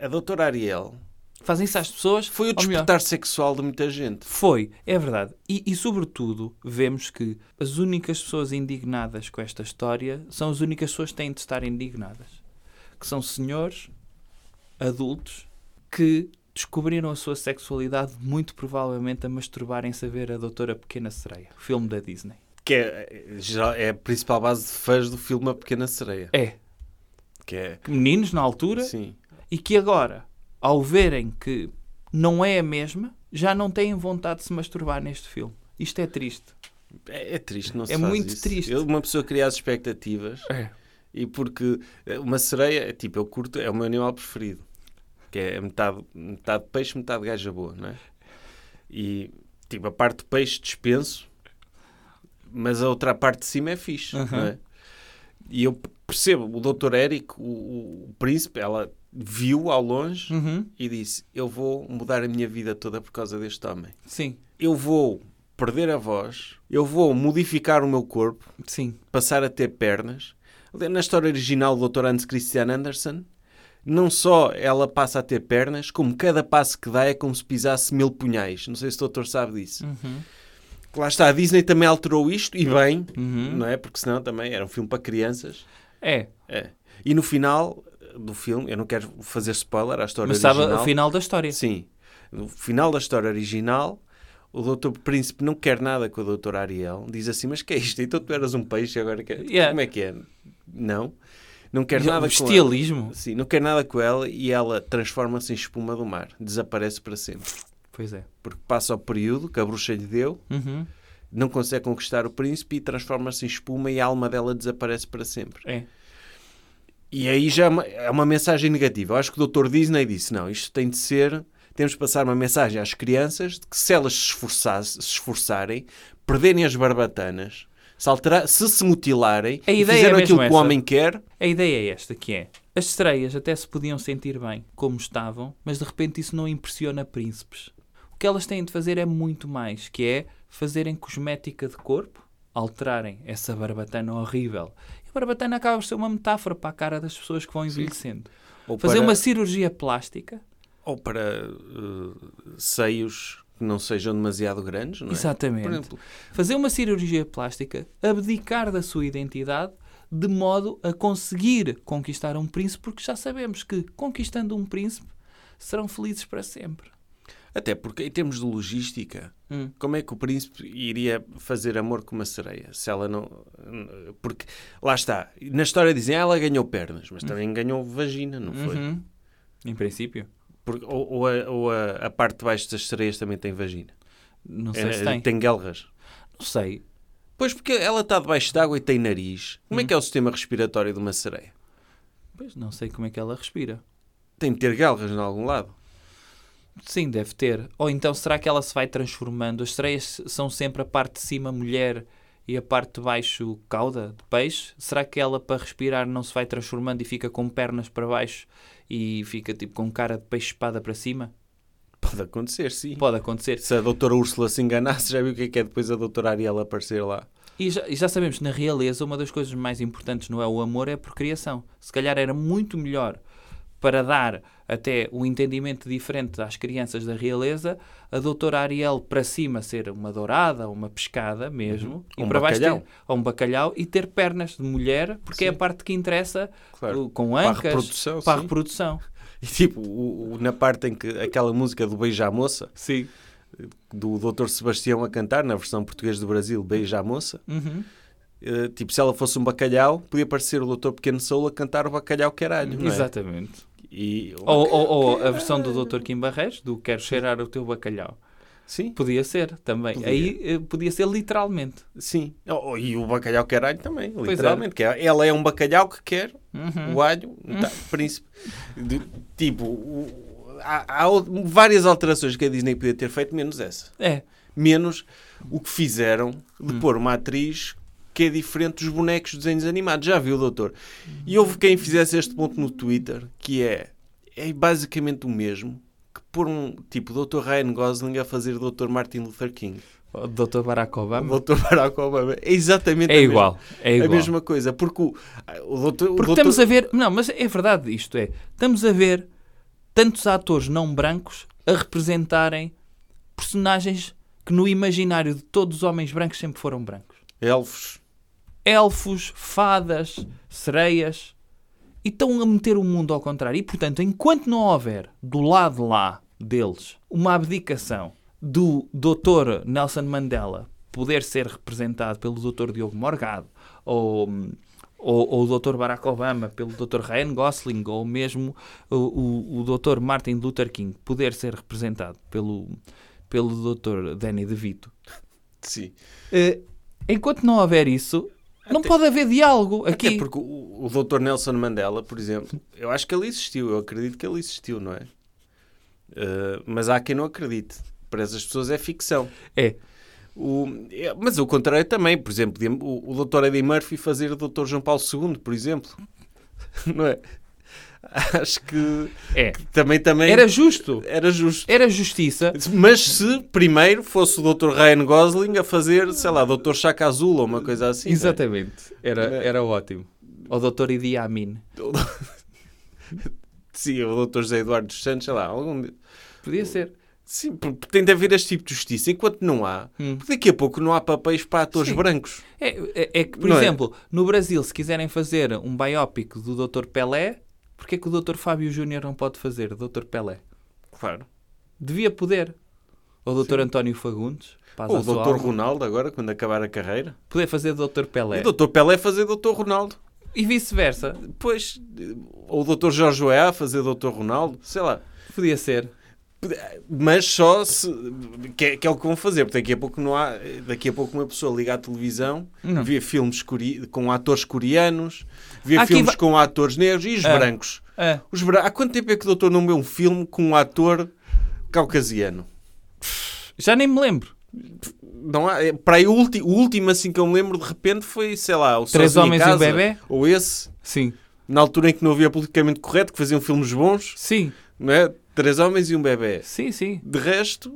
a doutora Ariel, Fazem isso às pessoas. foi o ou melhor, despertar sexual de muita gente. Foi, é verdade. E, e, sobretudo, vemos que as únicas pessoas indignadas com esta história são as únicas pessoas que têm de estar indignadas. Que são senhores, adultos, que descobriram a sua sexualidade muito provavelmente a masturbarem-se a ver a Doutora Pequena Sereia, o filme da Disney. Que é, já é a principal base de fãs do filme A Pequena Sereia. É, Que é, que meninos na altura sim, e que agora, ao verem que não é a mesma, já não têm vontade de se masturbar neste filme. Isto é triste. é, é triste, não se É faz muito isso. triste. É. Eu- uma pessoa cria as expectativas E porque eh, uma sereia, é tipo, eu curto, é o meu animal preferido. Que é metade, metade peixe, metade gaja boa, não é? E, tipo, a parte de peixe dispenso, mas a outra parte de cima é fixe, não é? E eu percebo, o doutor Eric, o, o- o príncipe, ela viu ao longe Uhum. e disse, eu vou mudar a minha vida toda por causa deste homem. Sim, Eu vou perder a voz, eu vou modificar o meu corpo, sim. passar a ter pernas. Na história original do Dr. Hans Christian Andersen, não só ela passa a ter pernas, como cada passo que dá é como se pisasse mil punhais. Não sei se o doutor sabe disso. Uhum. Que Lá está, a Disney também alterou isto, e bem, Uhum. não é? Porque senão também era um filme para crianças. É, É. E no final do filme, eu não quero fazer spoiler à história mas sabe original. o final da história. Sim. No final da história original, o Doutor Príncipe não quer nada com a Doutora Ariel. Diz assim, mas que é isto? Então tu eras um peixe agora que... Yeah. Como é que é? Não. Não quer E nada o com estilismo. ela. Sim, não quer nada com ela e ela transforma-se em espuma do mar. Desaparece para sempre. Pois é. Porque passa o período que a bruxa lhe deu, Uhum. não consegue conquistar o príncipe e transforma-se em espuma e a alma dela desaparece para sempre. É. E aí já é uma, é uma mensagem negativa. Eu acho que o Dr. Disney disse: não, isto tem de ser. Temos de passar uma mensagem às crianças de que se elas se, esforçasse- se esforçarem, perderem as barbatanas, se, altera- se se mutilarem A e ideia é fizeram mesmo aquilo que o essa. homem quer, A ideia é esta, que é... As sereias até se podiam sentir bem, como estavam, mas de repente isso não impressiona príncipes. O que elas têm de fazer é muito mais, que é fazerem cosmética de corpo, alterarem essa barbatana horrível. E a barbatana acaba por ser uma metáfora para a cara das pessoas que vão envelhecendo. Ou Fazer para- uma cirurgia plástica, ou para eh, seios que não sejam demasiado grandes, não é? Exatamente. Por exemplo, fazer uma cirurgia plástica, abdicar da sua identidade de modo a conseguir conquistar um príncipe, porque já sabemos que conquistando um príncipe serão felizes para sempre. Até porque, em termos de logística, Hum. como é que o príncipe iria fazer amor com uma sereia? Se ela não. Porque, lá está, na história dizem ah, ela ganhou pernas, mas Uhum. também ganhou vagina, não foi? Em princípio, Porque, ou ou a, ou a- a parte de baixo das sereias também tem vagina. não sei É, se tem. tem guelras. Não sei. Pois porque ela está debaixo d'água e tem nariz. Como Hum. é que é o sistema respiratório de uma sereia? Pois não sei como é que ela respira. Tem de ter guelras em algum lado. Sim, deve ter. Ou então será que ela se vai transformando? As sereias são sempre a parte de cima mulher e a parte de baixo cauda de peixe? Será que ela para respirar não se vai transformando e fica com pernas para baixo e fica tipo com cara de peixe espada para cima? Pode acontecer, sim. Pode acontecer. Se a doutora Úrsula se enganasse, já viu o que é que é depois a doutora Ariel aparecer lá. E já, e já sabemos, na realeza, uma das coisas mais importantes não é o amor, é a procriação. Se calhar era muito melhor para dar até um entendimento diferente às crianças da realeza, a doutora Ariel para cima ser uma dourada, uma pescada mesmo, Um e para baixo ter, bacalhau. ou um bacalhau, e ter pernas de mulher, porque é a parte que interessa Claro. uh, com Para a ancas, reprodução, para a sim. reprodução. E tipo, o- o- na parte em que aquela música do Beija a Moça, Sim. do Dr. Sebastião a cantar, na versão portuguesa do Brasil, Beija a Moça, Uhum. eh, tipo, se ela fosse um bacalhau, podia aparecer o Dr. Pequeno Soul a cantar o bacalhau caralho, não é? Exatamente. E, Ou, ou- ou a versão do Dr. Kim Barreiros, do Quero Cheirar o Teu Bacalhau. Sim, Podia ser também. Aí eh, podia ser literalmente. sim. Oh, e o bacalhau caralho também, é. Uhum. literalmente. Que é- ela é um bacalhau que quer o alho, tá, príncipe. De- tipo, o- há, há o- várias alterações que a Disney podia ter feito, menos essa. É. menos o que fizeram Hum. de pôr uma atriz que é diferente dos bonecos dos desenhos animados. Já viu, doutor? E houve quem fizesse este ponto no Twitter, que é, é basicamente o mesmo que pôr um, tipo, Dr. Ryan Gosling a fazer Dr. Martin Luther King. O Dr. Barack Obama. Dr. Barack Obama. É exatamente É a igual. É Mesma, igual. A mesma coisa, porque o, o doutor... o Porque doutor- estamos a ver. Não, mas é verdade isto. É. Estamos a ver tantos atores não brancos a representarem personagens que no imaginário de todos os homens brancos sempre foram brancos. Elfos. elfos, fadas, sereias e estão a meter o mundo ao contrário. E portanto, enquanto não houver do lado lá deles uma abdicação do Dr. Nelson Mandela poder ser representado pelo Dr. Diogo Morgado ou. Ou, ou o Dr. Barack Obama, pelo Dr. Ryan Gosling, ou mesmo o, o, o Dr. Martin Luther King, poder ser representado pelo, pelo Dr. Danny DeVito, Sim. eh, enquanto não houver isso, não pode haver diálogo aqui. Até É porque o, o doutor Nelson Mandela, por exemplo, eu acho que ele existiu, eu acredito que ele existiu, não é? Uh, mas há quem não acredite. Para essas pessoas é ficção. É, O, é, mas o contrário também, por exemplo, podia- o, o doutor Eddie Murphy fazer o doutor João Paulo II, por exemplo. Não é? Acho que é. também, também Era justo. era justo. Era justiça. Mas se primeiro fosse o Dr. Ryan Gosling a fazer, sei lá, Dr. Chaka Azul ou uma coisa assim. não é? Exatamente. Era, era ótimo. O Dr. Idi Amin. Sim, o Dr. José Eduardo dos Santos, sei lá, algum, Podia ser. Sim, porque tem de haver este tipo de justiça. Enquanto não há, Hum. porque daqui a pouco não há papéis para atores brancos. É, é- é que, por Não é? exemplo, no Brasil, se quiserem fazer um biópico do Dr. Pelé, porque é que o Dr. Fábio Júnior não pode fazer Dr. Pelé? Claro. Devia poder. Ou o Dr. António Fagundes. paz Ou à o sua Dr. alma. É. Ronaldo, agora, quando acabar a carreira. Poder fazer Dr. Pelé. E o Dr. Pelé fazer Dr. Ronaldo. E vice-versa. Depois, eh, ou o Dr. Jorge Oeá fazer Dr. Ronaldo, sei lá. Podia ser. Mas só se. que é, que é o que vão fazer, porque daqui a pouco não há. Daqui a pouco uma pessoa liga à televisão, vê filmes core- com atores coreanos, vê Aqui filmes va- com atores negros e os Ah. brancos. Ah. Os bra- Há quanto tempo é que o doutor não vê um filme com um ator caucasiano? Já nem me lembro. Não há, é, para aí o, ulti- o último assim que eu me lembro de repente foi, sei lá, o Três Sozinho em Homens e um casa, Bebé? Ou esse, Sim. na altura em que não havia politicamente correto, que faziam filmes bons, Sim. não é? Três Homens e um Bebé. Sim, sim. De resto,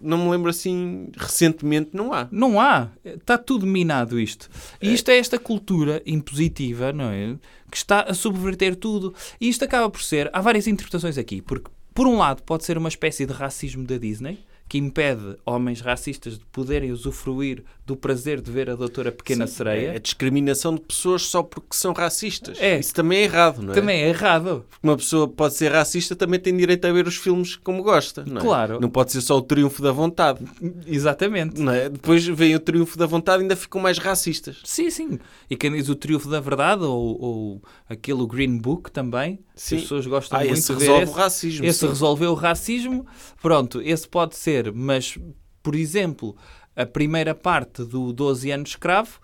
não me lembro assim, recentemente não há. Não há. Está tudo minado isto. E isto é esta cultura impositiva, não é? Que está a subverter tudo. E isto acaba por ser. Há várias interpretações aqui, porque, por um lado, pode ser uma espécie de racismo da Disney. Que impede homens racistas de poderem usufruir do prazer de ver a Doutora Pequena É Sereia. a discriminação de pessoas só porque são racistas. É. Isso também é errado, não é? Também é errado. Porque uma pessoa pode ser racista, também tem direito a ver os filmes como gosta, não é? Claro. Não pode ser só o triunfo da vontade. Exatamente. não é? Depois vem o triunfo da vontade e ainda ficam mais racistas. Sim, sim. E quem diz o Triunfo da Verdade ou, ou aquele Green Book também. Sim. As pessoas gostam Ah, muito esse de ver resolve esse. o racismo, Esse sim. resolveu o racismo. Pronto, esse pode ser. Mas, por exemplo, a primeira parte do 12 anos escravo,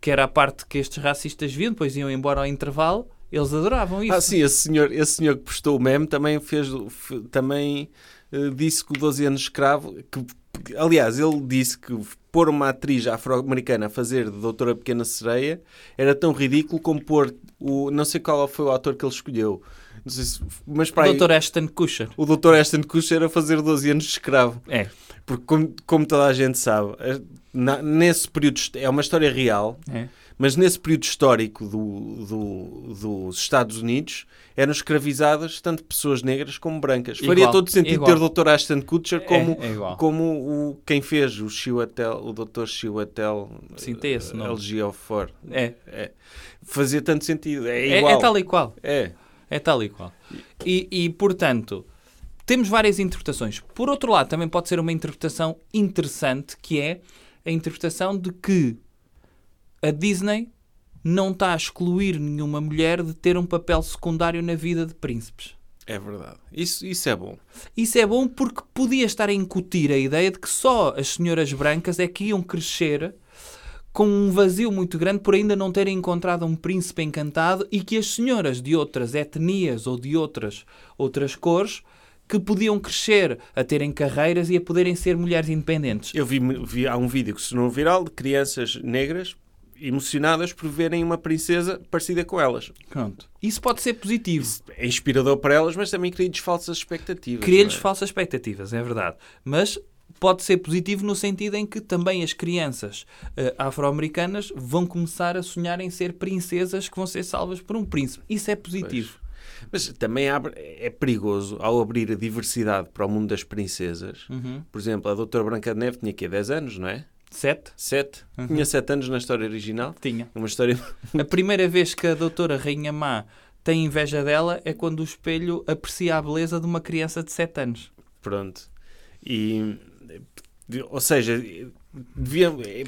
que era a parte que estes racistas viam, depois iam embora ao intervalo, eles adoravam isso. Ah, sim, esse senhor, esse senhor que postou o meme também fez, f- também eh, disse que o 12 anos escravo, que, que- aliás, ele disse que pôr uma atriz afro-americana a fazer de Doutora Pequena Sereia era tão ridículo como pôr o. Não sei qual foi o ator que ele escolheu. Não sei se, mas para aí, Dr. Ashton Kutcher. o Doutor Ashton Kutcher era fazer 12 anos de escravo. É. Porque, como, como toda a gente sabe, é- na- nesse período. hist- É uma história real. É. Mas nesse período histórico do, do- dos Estados Unidos eram escravizadas tanto pessoas negras como brancas. Igual, Faria todo sentido igual. ter o Dr. Ashton Kutcher como, é igual. como o, quem fez o Chiwetel, o Dr. Chiwetel Sim, tem eh, esse nome. LG04. É. Fazia tanto sentido. É, É é igual. tal e qual. É. É tal e qual. E, e, portanto, temos várias interpretações. Por outro lado, também pode ser uma interpretação interessante, que é a interpretação de que a Disney não está a excluir nenhuma mulher de ter um papel secundário na vida de príncipes. É verdade. Isso, isso é bom. Isso é bom porque podia estar a incutir a ideia de que só as senhoras brancas é que iam crescer com um vazio muito grande por ainda não terem encontrado um príncipe encantado e que as senhoras de outras etnias ou de outras, outras cores que podiam crescer a terem carreiras e a poderem ser mulheres independentes. Eu vi, vi- há um vídeo que se tornou viral de crianças negras emocionadas por verem uma princesa parecida com elas. Pronto. Isso pode ser positivo. É inspirador para elas, mas também cria-lhes falsas expectativas. Cria-lhes não é? falsas expectativas, é verdade. Mas pode ser positivo no sentido em que também as crianças eh, afro-americanas vão começar a sonhar em ser princesas que vão ser salvas por um príncipe. Isso é positivo. Mas também abre- é perigoso ao abrir a diversidade para o mundo das princesas. Uhum. Por exemplo, a Doutora Branca de Neve tinha aqui 10 anos, não é? Sete? Uhum. 7? Tinha 7 anos na história original. Tinha. Uma história. A primeira vez que a doutora Rainha Má tem inveja dela é quando o espelho aprecia a beleza de uma criança de sete anos. Pronto. E. Ou seja, devia é,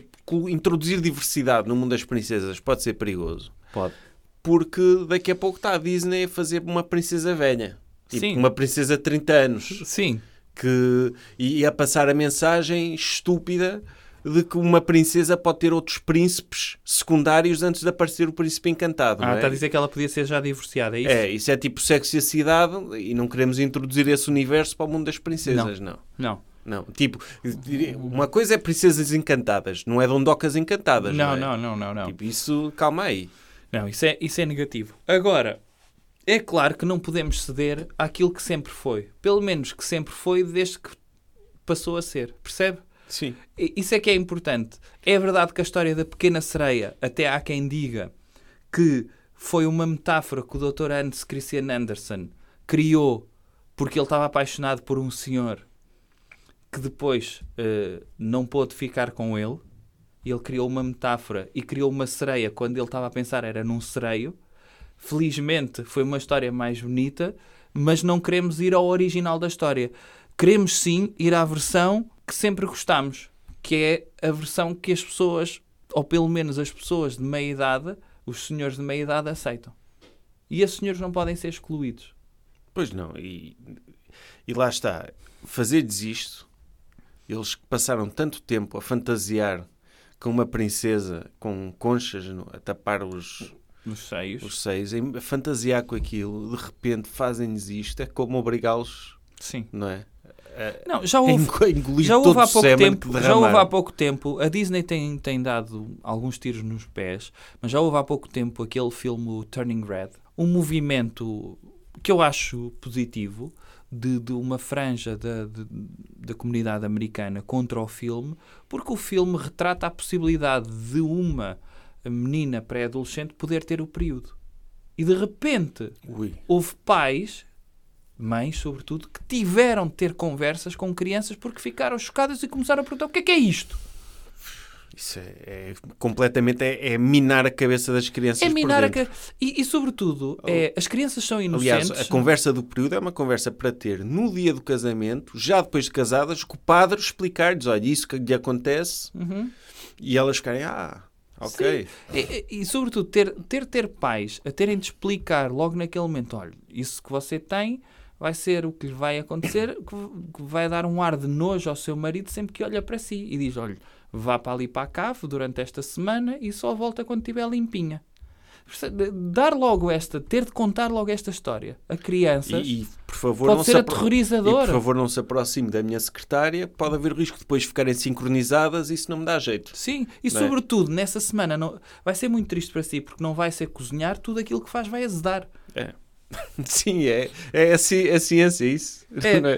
introduzir diversidade no mundo das princesas pode ser perigoso. Pode. Porque daqui a pouco está a Disney a fazer uma princesa velha. Tipo, Sim. Uma princesa de 30 anos. Sim. que ia passar a mensagem estúpida de que uma princesa pode ter outros príncipes secundários antes de aparecer o príncipe encantado. Ah, não é? está a dizer que ela podia ser já divorciada, é isso? É, isso é tipo sexo e a cidade e não queremos introduzir esse universo para o mundo das princesas, não. Não. Não, tipo, uma coisa é princesas encantadas, não é dondocas encantadas. Não, Não, é? não, não, não, não. Tipo, isso, calma aí. Não, isso é, isso é negativo. Agora, é claro que não podemos ceder àquilo que sempre foi. Pelo menos que sempre foi desde que passou a ser. Percebe? Sim. E- Isso é que é importante. É verdade que a história da pequena sereia, até há quem diga que foi uma metáfora que o Dr. Hans Christian Andersen criou porque ele estava apaixonado por um senhor que depois eh, não pôde ficar com ele. E Ele criou uma metáfora e criou uma sereia quando ele estava a pensar era num sereio. Felizmente foi uma história mais bonita, mas não queremos ir ao original da história. Queremos sim ir à versão que sempre gostamos, que é a versão que as pessoas, ou pelo menos as pessoas de meia idade, os senhores de meia idade aceitam. E esses senhores não podem ser excluídos. Pois não, e, e lá está. Fazer-lhes isto, eles que passaram tanto tempo a fantasiar com uma princesa com conchas no- a tapar os, Nos seios. os seios, em- a fantasiar com aquilo, de repente fazem-lhes isto, é como obrigá-los, Sim. não é? Não, já A houve. engo- a engolir já todo houve há o pouco sêmen tempo que já houve há derramaram. pouco tempo a Disney tem, tem dado alguns tiros nos pés mas já houve há pouco tempo aquele filme o Turning Red um movimento que eu acho positivo de, de uma franja da, de- da comunidade americana contra o filme porque o filme retrata a possibilidade de uma menina pré-adolescente poder ter o período e de repente Ui, houve pais, mães sobretudo, que tiveram de ter conversas com crianças porque ficaram chocadas e começaram a perguntar o que é que é isto? isso é, é completamente é, é minar a cabeça das crianças. É por minar a dentro. ca- e, e sobretudo, é, as crianças são inocentes. Aliás, a conversa do período é uma conversa para ter no dia do casamento, já depois de casadas, com o padre explicar-lhes: olha, isso que lhe acontece, Uhum. e elas ficarem, ah, ok. Sim. E, e- e, sobretudo, ter, ter, ter pais a terem de explicar logo naquele momento: olha, isso que você tem vai ser o que lhe vai acontecer, que v- que vai dar um ar de nojo ao seu marido sempre que olha para si e diz: olha, vá para ali para a cave durante esta semana e só volta quando estiver limpinha. Percebe? Dar logo esta, ter de contar logo esta história a crianças E, e, por favor, pode não ser se apro- aterrorizadora. E, por favor, não se aproxime da minha secretária. Pode haver risco de depois ficarem sincronizadas e isso não me dá jeito. Sim, e Não é? sobretudo nessa semana não... vai ser muito triste para si porque não vai ser cozinhar, tudo aquilo que faz vai azedar. Sim, é. É assim, é ciência isso. É, Não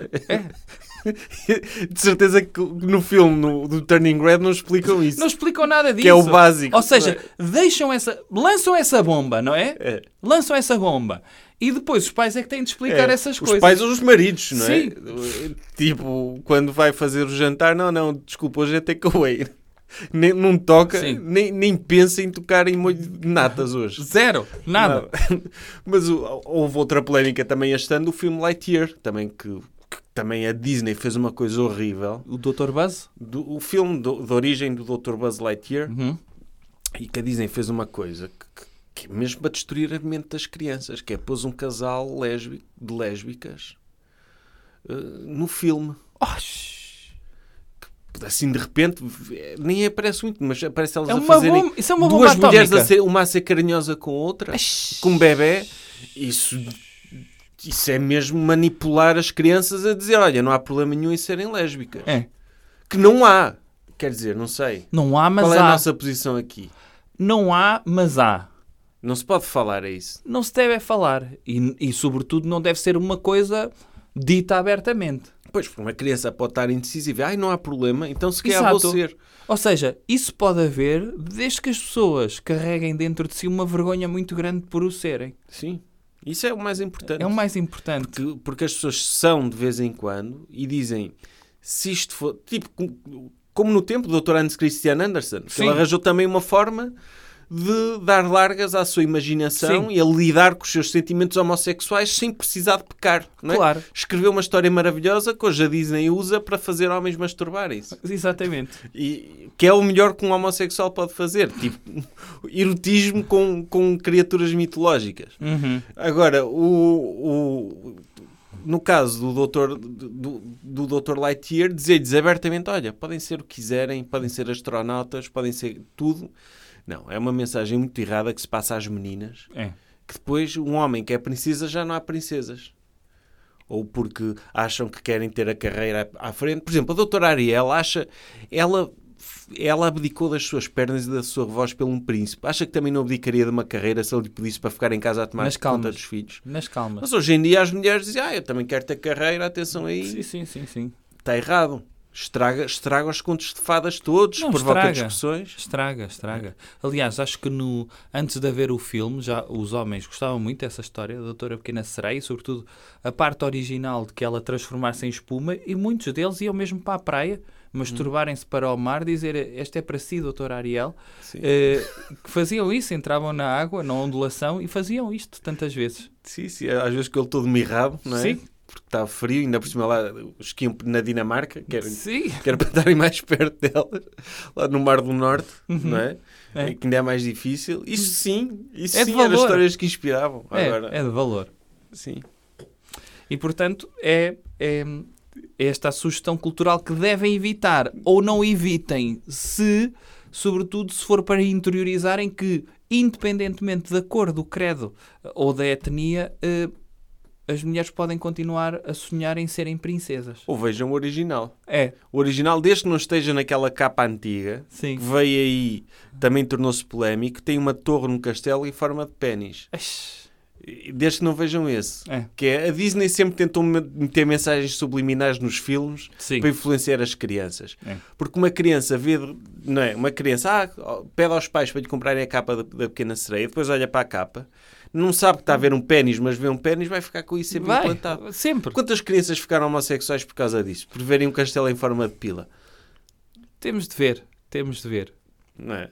De certeza que no filme no- do Turning Red não explicam isso. Não explicam nada disso. Que é o básico. Ou seja, deixam essa. lançam essa bomba, não é? É. Lançam essa bomba. E depois os pais é que têm de explicar É, essas os coisas. pais ou os maridos, não Sim. é? Tipo, quando vai fazer o jantar, não, não, desculpa, hoje é takeaway. Nem, não toca, Sim. nem, nem pensa em tocar em molho de natas hoje. Zero. Nada. Não. Mas o- houve outra polémica também este ano do filme Lightyear, também que, que também a Disney fez uma coisa horrível. O Dr. Buzz? Do, o filme do- da origem do Dr. Buzz Lightyear Uhum. e que a Disney fez uma coisa que, que- que é mesmo para destruir a mente das crianças, que é pôs um casal lésbico, de lésbicas eh, no filme. Oxi. Assim, de repente, eh, nem aparece muito, mas aparece elas É a uma fazerem... bomba. Isso é uma bomba duas atómica. mulheres, a ser, uma a ser carinhosa com a outra, Ai. com um bebê, isso, isso é mesmo manipular as crianças a dizer: olha, não há problema nenhum em serem lésbicas. É. Que não há. Quer dizer, não sei. Não há, mas Qual é há. a nossa posição aqui? Não há, mas há. Não se pode falar a isso. Não se deve é falar. E, e, sobretudo, não deve ser uma coisa dita abertamente. Pois, porque uma criança pode estar indecisiva. Ai, não há problema, então se calhar Exato. vou ser. Ou seja, isso pode haver desde que as pessoas carreguem dentro de si uma vergonha muito grande por o serem. Sim. Isso é o mais importante. É o mais importante. Que- porque as pessoas são de vez em quando e dizem se isto for tipo com- como no tempo do Dr. Hans Christian Andersen, que Sim. ele arranjou também uma forma de dar largas à sua imaginação Sim. e a lidar com os seus sentimentos homossexuais sem precisar de pecar. não é? Claro. Escreveu uma história maravilhosa que hoje a Disney usa para fazer homens masturbarem-se. Exatamente. E, que é o melhor que um homossexual pode fazer. Tipo, erotismo com, com criaturas mitológicas. Agora, o, o- no caso do Dr. Do, do Dr. Lightyear, dizer-lhes abertamente: olha, podem ser o que quiserem, podem ser astronautas, podem ser tudo. Não, é uma mensagem muito errada que se passa às meninas. É. Que depois, um homem que é princesa, já não há princesas. Ou porque acham que querem ter a carreira à à frente. Por exemplo, a doutora Ariel acha. Ela, ela abdicou das suas pernas e da sua voz pelo um príncipe. Acha que também não abdicaria de uma carreira se ele lhe pedisse para ficar em casa a tomar Mas conta calmas. dos filhos? Nas calmas. Mas hoje em dia as mulheres dizem, ah, eu também quero ter carreira, atenção Sim, aí. sim, sim, sim. Está errado. Estraga, estraga os contos de fadas todos, Não, provoca estraga. discussões. Estraga, estraga. Aliás, acho que no, antes de haver o filme, já os homens gostavam muito dessa história da Doutora Pequena Sereia e, sobretudo, a parte original de que ela transformasse em espuma. E muitos deles iam mesmo para a praia, masturbarem-se para o mar, dizer: Este é para si, Doutora Ariel. Sim. Eh, que faziam isso, entravam na água, na ondulação e faziam isto tantas vezes. Sim, sim, é, às vezes com ele todo mirrado, não é? Sim. Porque estava frio, ainda por cima lá, os esquiam na Dinamarca, que era, Sim, que era para estarem mais perto delas, lá no Mar do Norte, não é? É. Que ainda é mais difícil. Isso sim, isso É de sim eram valor. histórias que inspiravam. é, Agora, é de valor. sim. E portanto é, é esta a sugestão cultural que devem evitar ou não evitem se, sobretudo, se for para interiorizarem que, independentemente da cor, do credo ou da etnia, eh, as mulheres podem continuar a sonhar em serem princesas. Ou vejam o original. É, O original, desde que não esteja naquela capa antiga, sim. que veio aí, também tornou-se polémico, tem uma torre no castelo em forma de pênis. Ash, E Desde que não vejam esse. É. Que é, a Disney sempre tentou me- meter mensagens subliminares nos filmes Sim. para influenciar as crianças. É. Porque uma criança vê, de- não é? Uma criança ah, ó, pede aos pais para lhe comprarem a capa da, da pequena sereia, depois olha para a capa, não sabe que está a ver um pênis, mas vê um pênis, vai ficar com isso sempre Vai, implantado. sempre. Quantas crianças ficaram homossexuais por causa disso? Por verem um castelo em forma de pila? Temos de ver, temos de ver. Não é?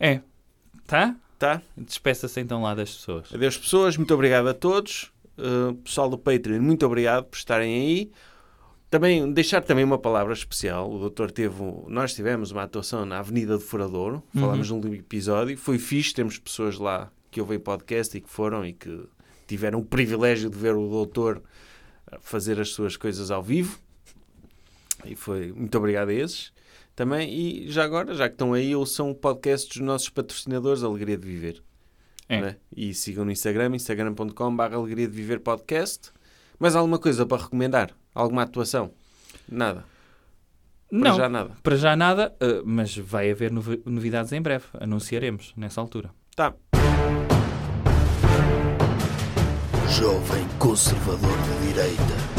É, tá? Tá? Despeça-se então lá das pessoas. Adeus, pessoas. Muito obrigado a todos. Uh, pessoal do Patreon, muito obrigado por estarem aí. Também, deixar também uma palavra especial. O doutor teve... um- Nós tivemos uma atuação na Avenida do Furadouro. Falámos num episódio. Foi fixe. Temos pessoas lá que ouvem podcast e que foram e que tiveram o privilégio de ver o doutor uh, fazer as suas coisas ao vivo. E foi... Muito obrigado a esses. Também, e já agora, já que estão aí, ouçam o podcast dos nossos patrocinadores Alegria de Viver É. não né? E sigam no Instagram, instagram.com.br alegria de viver podcast. Mais alguma coisa para recomendar? Alguma atuação? Nada. Para não, já nada. para já nada, eh, mas vai haver novi- novidades em breve. Anunciaremos nessa altura. Tá. Jovem conservador de direita.